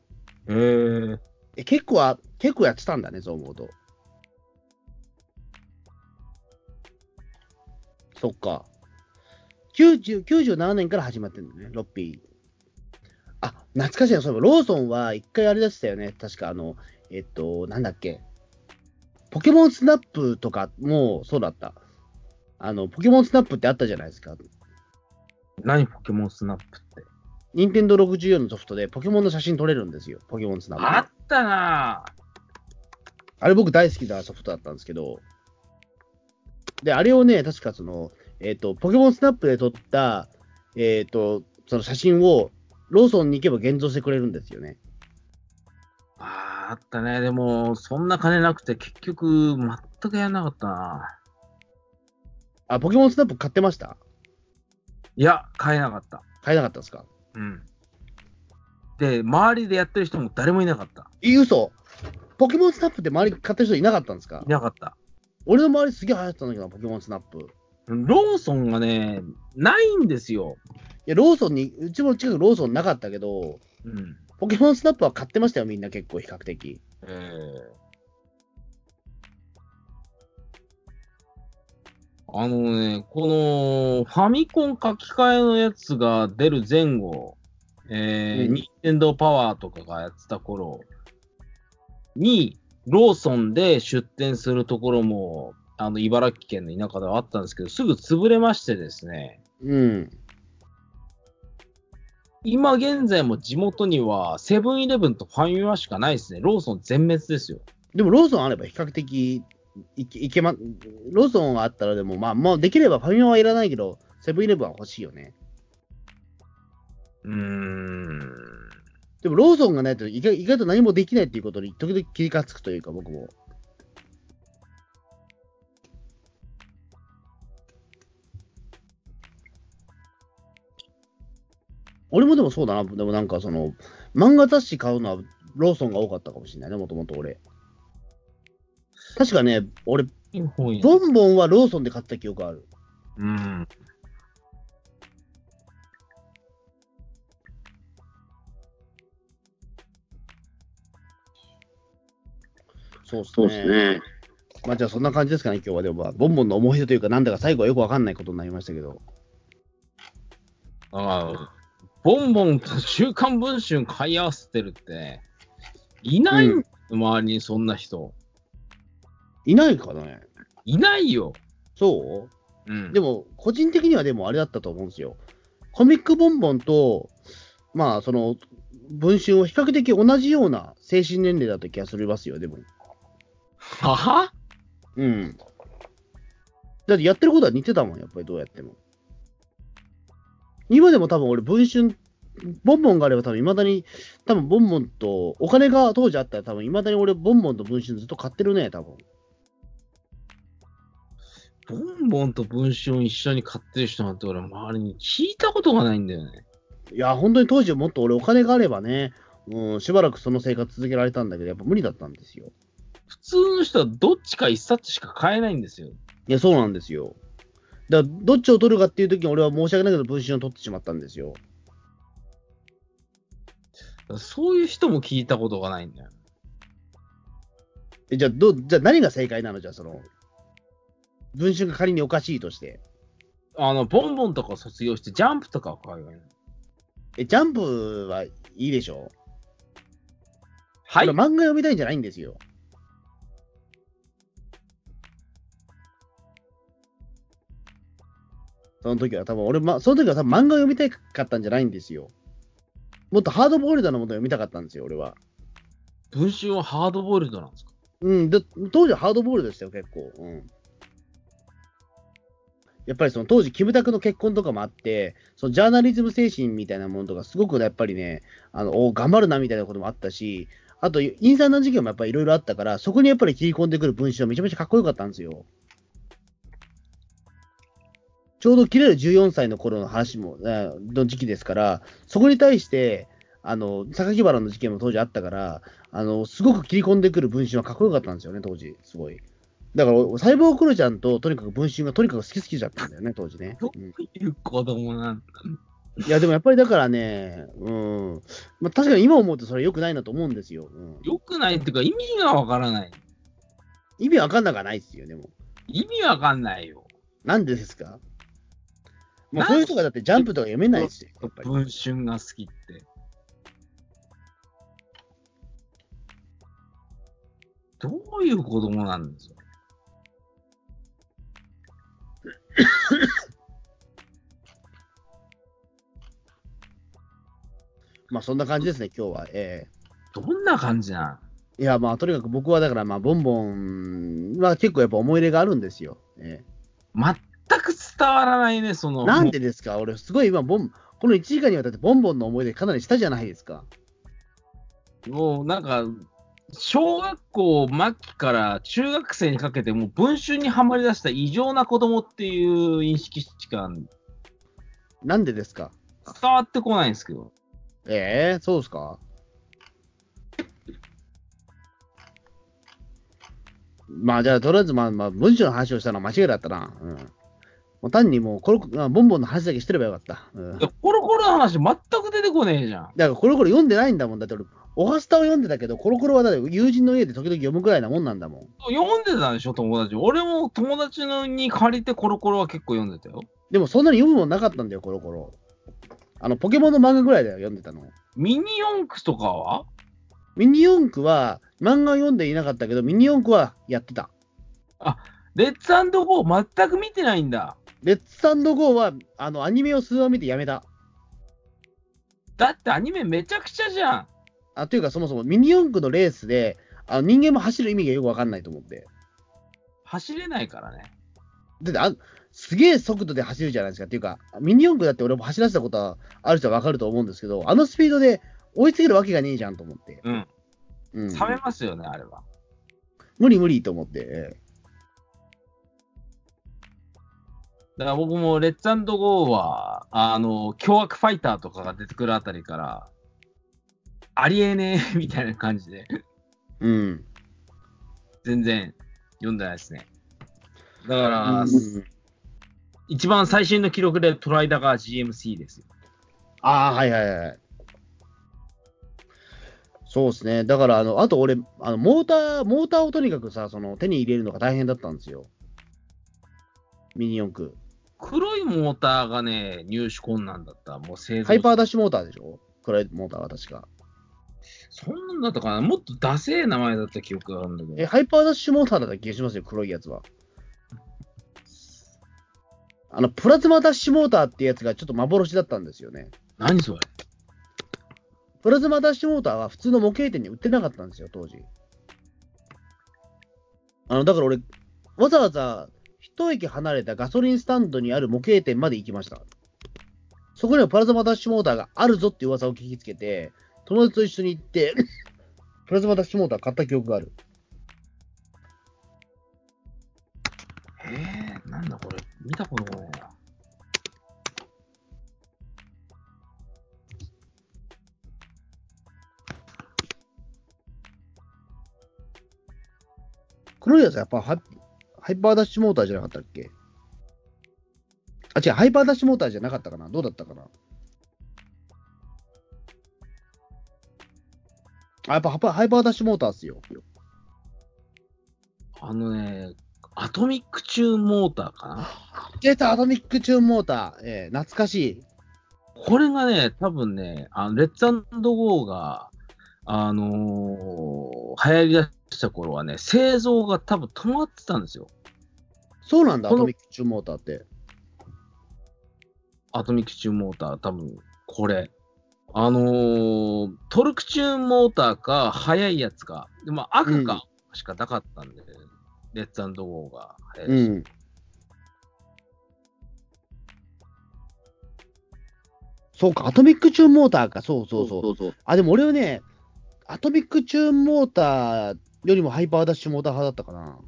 へえー。え結構は、結構やってたんだね、そう思うと。そっか。90 97年から始まってんだね、ロッピー。あ、懐かしいな、そういえばローソンは一回あれでしたよね、確かあの、えっと、なんだっけ。ポケモンスナップとかもそうだった。あの、ポケモンスナップってあったじゃないですか。何ポケモンスナップって。ニンテンドー64のソフトでポケモンの写真撮れるんですよ、ポケモンスナップ。あったなぁあれ僕大好きなソフトだったんですけど、で、あれをね、確かその、えっ、と、ポケモンスナップで撮った、えっ、と、その写真を、ローソンに行けば現像してくれるんですよね。あーあったね。でも、そんな金なくて、結局、全くやらなかったな。あ、ポケモンスナップ買ってましたいや、買えなかった。買えなかったですかうん。で、周りでやってる人も誰もいなかった。え、嘘ポケモンスナップって周り買ってる人いなかったんですかいなかった。俺の周りすげえ流行ってたんだけどな、ポケモンスナップ。いローソンがね、ないんですよ。や、ローソンに、うちも近くローソンなかったけど、うん。ポケモンスナップは買ってましたよ、みんな結構比較的。えーあのね、このファミコン書き換えのやつが出る前後、えー、うんニンテンドーパワーとかがやってた頃に、ローソンで出店するところも、あの、茨城県の田舎ではあったんですけど、すぐ潰れましてですね、うん。今現在も地元にはセブンイレブンとファミマしかないですね。ローソン全滅ですよ。でもローソンあれば比較的いけいけま、ローソンがあったらでも、まあ、もうできればファミマはいらないけど、セブンイレブンは欲しいよね。うーん。でもローソンがないと意外意外と何もできないっていうことに時々気がつくというか、僕も。俺もでもそうだな、でもなんかその、漫画雑誌買うのはローソンが多かったかもしれないね、もともと俺。確かね、俺、本屋ボンボンはローソンで買った記憶ある。うん。そうっすそうね。ですね。まあじゃあそんな感じですかね、今日は。でもまあ、ボンボンの思い出というか、なんだか最後はよくわかんないことになりましたけど。ああ、ボンボンと週刊文春買い合わせてるって、いない、う周りにそんな人。いないかねいないよ。そううん。でも、も、個人的にはでもあれだったと思うんですよ。コミックボンボンと、まあ、その、文春を比較的同じような精神年齢だった気がするますよ、でも。ははうん。だってやってることは似てたもん、やっぱりどうやっても。今でも多分俺、文春、ボンボンがあれば多分未だに、多分ボンボンと、お金が当時あったら多分未だに俺、ボンボンと文春ずっと買ってるね、多分。ボンボンと文春一緒に買ってる人なんて俺、周りに聞いたことがないんだよね。いや、本当に当時もっと俺お金があればね、うん、しばらくその生活続けられたんだけど、やっぱ無理だったんですよ。普通の人はどっちか一冊しか買えないんですよ。いや、そうなんですよ。だから、どっちを取るかっていう時に俺は申し訳ないけど、文春を取ってしまったんですよ。そういう人も聞いたことがないんだよ。えじゃあ、ど、じゃあ何が正解なのじゃあ、その、文春が仮におかしいとして。あの、ボンボンとか卒業して、ジャンプとかは買えない。え、ジャンプはいいでしょはい俺。漫画読みたいんじゃないんですよ。その時は多分俺、ま、その時は多分漫画読みたかったんじゃないんですよ。もっとハードボイルドなものを読みたかったんですよ、俺は。文春はハードボイルドなんですかうん、で当時はハードボイルドでしたよ、結構。うん。やっぱりその当時、キムタクの結婚とかもあって、そのジャーナリズム精神みたいなものとか、すごくやっぱりね、あのお頑張るなみたいなこともあったし、あと、インサの事件もやっぱりいろいろあったから、そこにやっぱり切り込んでくる文章はめちゃめちゃかっこよかったんですよ。ちょうど切れる14歳の頃の話も、えーの時期ですから、そこに対して、あの、榊原の事件も当時あったから、あの、すごく切り込んでくる文春はかっこよかったんですよね、当時、すごい。だから、サイボーグクロちゃんと、とにかく文春がとにかく好き好きだったんだよね、当時ね。どうんう <laughs> いう子供なんだいや、でもやっぱりだからね、うん、まあ、確かに今思うとそれ良くないなと思うんですよ。うん、よくないっていうか、意味がわからない。意味わかんなくはないですよ、でも。意味わかんないよ。なんでですかもなうそういう人がだってジャンプとか読めないですよ、やっぱり。文春が好きって。どういう子供なんですよ。まあそんな感じですね、今日は。えどんな感じなんえいや、まあとにかく僕はだから、まあ、ボンボンは結構やっぱ思い入れがあるんですよ。え全く伝わらないね、そえの。なんでですか俺、すごい今、ボン、この1時間にわたってボンボンの思い出かなりしたじゃないですか。もうなんか、小学校末期から中学生にかけて、もう文春にはまりだした異常な子供っていう認識しか伝なんでですかわってこないんですけど。ええそうですかまあじゃあ、とりあえず、まあ、まあ、文章の話をしたのは間違いだったな。うん。もう単にもうコロコロ、あボンボンの話だけしてればよかった。うん。いだやかコロコロの話全く出てこねえじゃん。ら、コロコロ読んでないんだもん。だって俺、オハスタを読んでたけど、コロコロはだって友人の家で時々読むくらいなもんなんだもん。読んでたでしょ、友達。俺も友達のに借りてコロコロは結構読んでたよ。でも、そんなに読むもんなかったんだよ、コロコロ。あの、ポケモンの漫画ぐらいだよ、読んでたの。ミニ四駆とかはミニ四駆は、漫画を読んでいなかったけど、ミニ四駆はやってた。レッツゴー全く見てないんだ。レッツゴーは、あの、アニメを数話見てやめた。だってアニメめちゃくちゃじゃん。あというか、そもそもミニ四駆のレースで、あの人間も走る意味がよくわかんないと思って。走れないからね。だってあ、すげえ速度で走るじゃないですか。っていうか、ミニ四駆だって俺も走らせたことはある人はわかると思うんですけど、あのスピードで追いつけるわけがねえじゃんと思って。うん。うん、冷めますよね、あれは。無理無理と思って。ええだから僕もレッツゴーは、あの、凶悪ファイターとかが出てくるあたりから、ありえねえみたいな感じで、うん。全然読んでないですね。だから、うん一番最新の記録でトライダが GMC ですよ。ああ、はいはいはい。そうですね。だから、あの、あと俺、あの、モーター、モーターをとにかくさ、その、手に入れるのが大変だったんですよ。ミニ四駆。黒いモーターがね、入手困難だった。もう製造ハイパーダッシュモーターでしょこれ、モーターは確か。そんなんだったかなもっとダセえ名前だった記憶があるんだけえ、ど。ハイパーダッシュモーターだった気がしますよ、黒いやつは。あの、プラズマダッシュモーターってやつがちょっと幻だったんですよね。何それプラズマダッシュモーターは普通の模型店に売ってなかったんですよ、当時。あの、だから俺、わざわざ一駅離れたガソリンスタンドにある模型店まで行きました。そこにはプラズマダッシュモーターがあるぞって噂を聞きつけて、友達と一緒に行って、 <laughs> プラズマダッシュモーター買った記憶がある。えー、なんだこれ見たことないな。黒いやつはやっぱハイハイパーダッシュモーターじゃなかったっけあ、違う、ハイパーダッシュモーターじゃなかったかなどうだったかなあ、やっぱハパハイパーダッシュモーターっすよ。あのね、アトミックチューンモーターかな出たアトミックチューンモーター。ええ懐かしい。これがね、多分ね、あのレッツゴーが、あのー流行りだした頃はね、製造が多分止まってたんですよ。そうなんだ、アこのトミックチューンモーターって。アトミックチューンモーター、多分これ。あのートルクチューンモーターか、速いやつか、でも赤かしかなかったんで、レッツゴーが流行りだしたう。ん。そうか、アトミックチューンモーターか。そうそうそう。そうそう。あ、でも俺はね、アトミックチューンモーターよりもハイパーダッシュモーター派だったかな。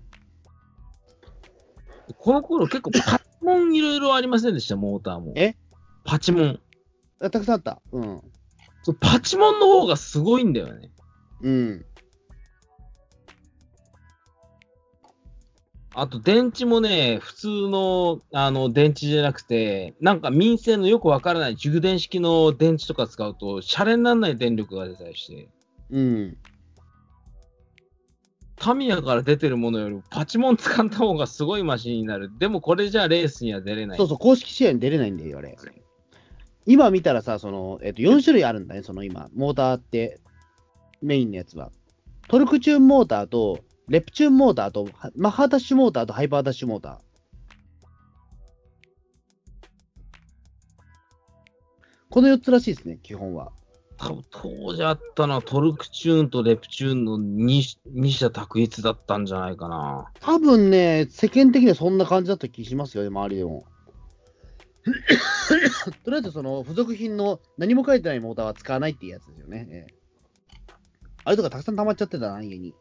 この頃結構パチモンいろいろありませんでした、モーターも。えパチモン。あたくさんあった。うん。そうパチモンの方がすごいんだよね。うん。あと電池もね、普通のあの電池じゃなくて、なんか民生のよくわからない充電式の電池とか使うと、シャレにならない電力が出たりして、うん。タミヤから出てるものよりパチモン使った方がすごいマシンになる。でもこれじゃレースには出れない。そうそう、公式試合に出れないんだよ、あれ。今見たらさ、その、えっと、4種類あるんだね、その今、モーターって、メインのやつは。トルクチューンモーターと、レプチューンモーターと、はマッハダッシュモーターとハイパーダッシュモーター。この4つらしいですね、基本は。多分当時あったのはトルクチューンとレプチューンの 2, 二者択一だったんじゃないかな。多分ね、世間的にはそんな感じだった気しますよね、周りでも。 <coughs> とりあえず、その付属品の何も書いてないモーターは使わないっていうやつですよね。ええあれとかたくさん溜まっちゃってたな、家に。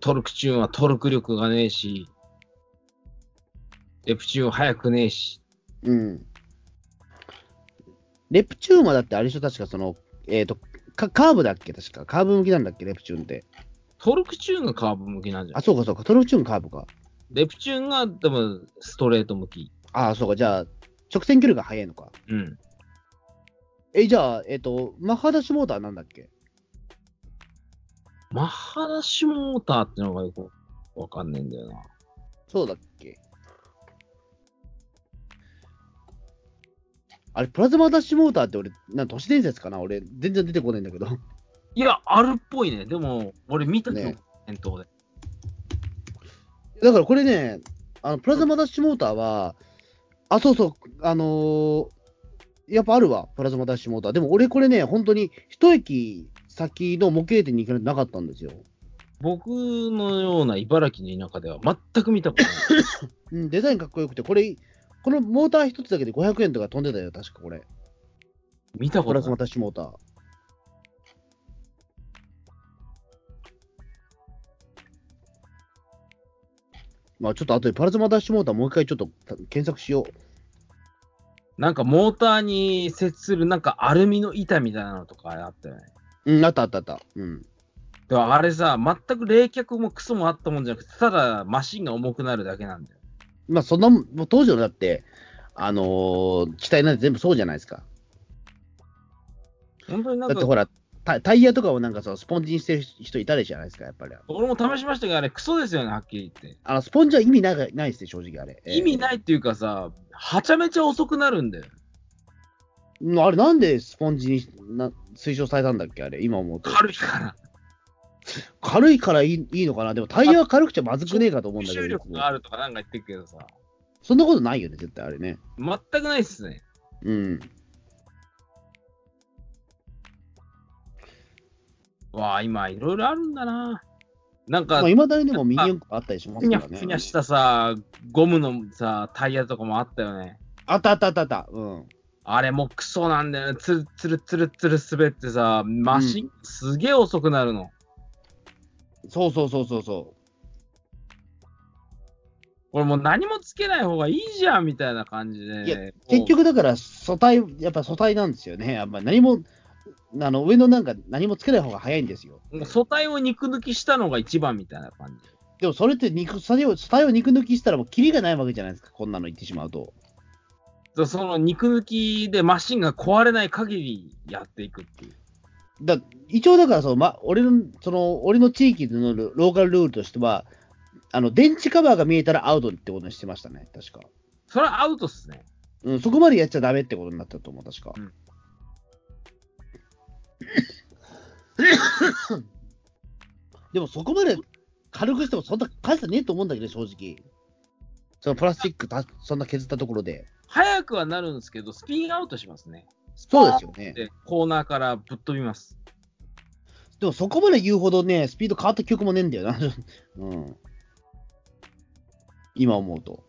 トルクチューンはトルク力がねえし、レプチューンは速くねえし、うん。レプチューンはだって、あれでしょ、確かその、えっ、とか、カーブだっけ、確か。カーブ向きなんだっけ、レプチューンって。トルクチューンがカーブ向きなんじゃなあ、いそうかそうか、トルプチューンカーブか。レプチューンがでもストレート向き。あ、そうか、じゃあ、直線距離が速いのか。うん。え、じゃあ、えっ、と、マッハダッシュモーターなんだっけマッハダッシュモーターってのがよくわかんないんだよな。そうだっけあれ、プラズマダッシュモーターって俺、なん都市伝説かな俺、全然出てこないんだけど。 <laughs> いや、あるっぽいね。でも、俺見たけどね、店頭で。だからこれね、あのプラズマダッシュモーターは、あ、そうそう、あのーやっぱあるわ、プラズマダッシュモーター。でも俺これね、本当に一駅先の模型店に行かないとなかったんですよ。僕のような茨城の田舎では全く見たことない。うん、デザインかっこよくて、これ、このモーター一つだけで500円とか飛んでたよ、確かこれ。見たこプラとズなマい。ダッシュモーター。まあちょっと後でプラズマダッシュモーターもう一回ちょっと検索しよう。なんかモーターに接するなんかアルミの板みたいなのとかあったよね。うん、あったあったあった。うん。でもあれさ、全く冷却もクソもあったもんじゃなくて、ただマシンが重くなるだけなんだよ。まあそんなもん、もう当時のだって、あのー機体なんて全部そうじゃないですか。本当になんだってか、ほら、タタイヤとかをなんかそのスポンジにしてる人いたでじゃないですか、やっぱり。俺も試しましたけど、あれ、クソですよね、はっきり言って。あのスポンジは意味ないがないですね、正直あれ。意味い、ないっていうかさ、はちゃめちゃ遅くなるんだよ。うんあれなんでスポンジにな推奨されたんだっけ、あれ、今思うと。軽いから。軽いからいいいいのかな、でもタイヤは軽くちゃまずくねえかと思うんだけ集ど、力があるとかなんか言ってるけどさ、そんなことないよね、絶対あれね。全くないっすね。うん。わあ、今、いろいろあるんだな。なんまかあ、、いまだにでもミニ四駆あったりしまふすにかゃらねふ。にゃしたさ、ゴムのさ、タイヤとかもあったよね。あったあったあったあった。うん。あれもクソなんだよね。つるつるつるつる滑ってさ、マシン、すげえ遅くなるの。そうそうそうそうそう。俺もう何もつけない方がいいじゃんみたいな感じいやで。結局だから素体、やっぱ素体なんですよね。あんま何も、あの上のなんか何もつけない方が早いんですよ。もう、もう素体を肉抜きしたのが一番みたいな感じ。でもそれって肉素体を素体を肉抜きしたらもうキリがないわけじゃないですか、こんなの言ってしまうと。そその肉抜きでマシンが壊れない限りやっていくっていう。だ一応だからその、ま、俺の、その、俺の地域のルローカルルールとしては、あの、電池カバーが見えたらアウトってことにしてましたね、確か。それはアウトっすね。うん、そこまでやっちゃダメってことになったと思う、確か。 <coughs> でもそこまで軽くしてもそんな大差ねえと思うんだけど、正直。そのプラスチックた、そんな削ったところで。早くはなるんですけど、スピンアウトしますね。そうですよね。で、コーナーからぶっ飛びます。でもそこまで言うほどね、スピード変わった記憶もねえんだよな。 <laughs> うん。今思うと。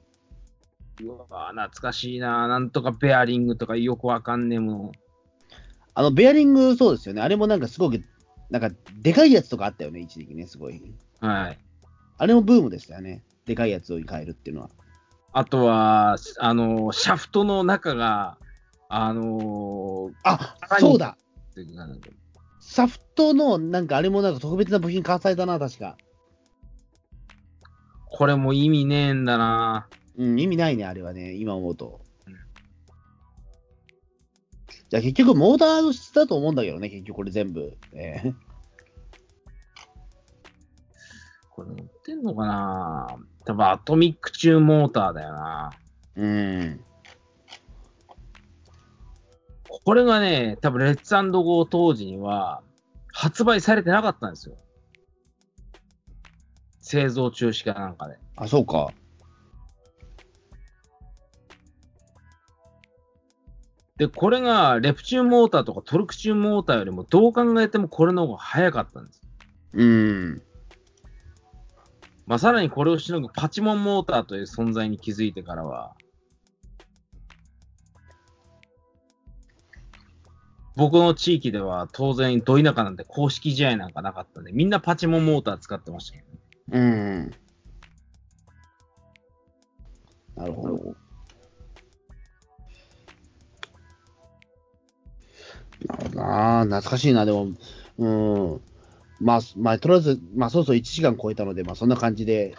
うわぁ懐かしいなぁなんとかベアリングとかよくわかんねえもの。あの、ベアリング、そうですよね。あれもなんかすごく、なんか、でかいやつとかあったよね、一時期ね、すごい。はい。あれもブームでしたよね。でかいやつを変えるっていうのは。あとは、あの、シャフトの中が、あのあはいそうだ。ー、なんかシャフトの、なんかあれもなんか特別な部品買わされたな、確か。これも意味ねえんだなぁうん、意味ないね、あれはね、今思うとうん。じゃあ結局、モーターの質だと思うんだけどね、結局これ全部。ええこれ乗ってんのかなぁ多分アトミック中モーターだよなうぁん。これがね、多分レッツゴー当時には発売されてなかったんですよ。製造中止かなんかで。あ、そうか。で、これがレプチューンモーターとかトルクチューンモーターよりもどう考えてもこれの方が早かったんです。うん。まあ、さらにこれをしのぐパチモンモーターという存在に気づいてからは、僕の地域では当然ど田舎なんて公式試合なんかなかったんで、みんなパチモンモーター使ってましたけど、うん。なるほど。なるほどな。懐かしいな、でも。うん。まあ、まあ、とりあえず、まあ、そうそう1時間超えたので、まあ、そんな感じで、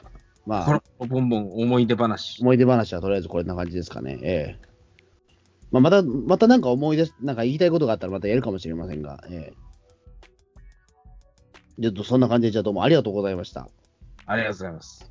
まあ、これボンボン思い出話。思い出話はとりあえずこんな感じですかね。ええ。まあ、また、またなんか思い出す、なんか言いたいことがあったらまたやるかもしれませんが、ええ。ちょっとそんな感じで、じゃあどうもありがとうございました。ありがとうございます。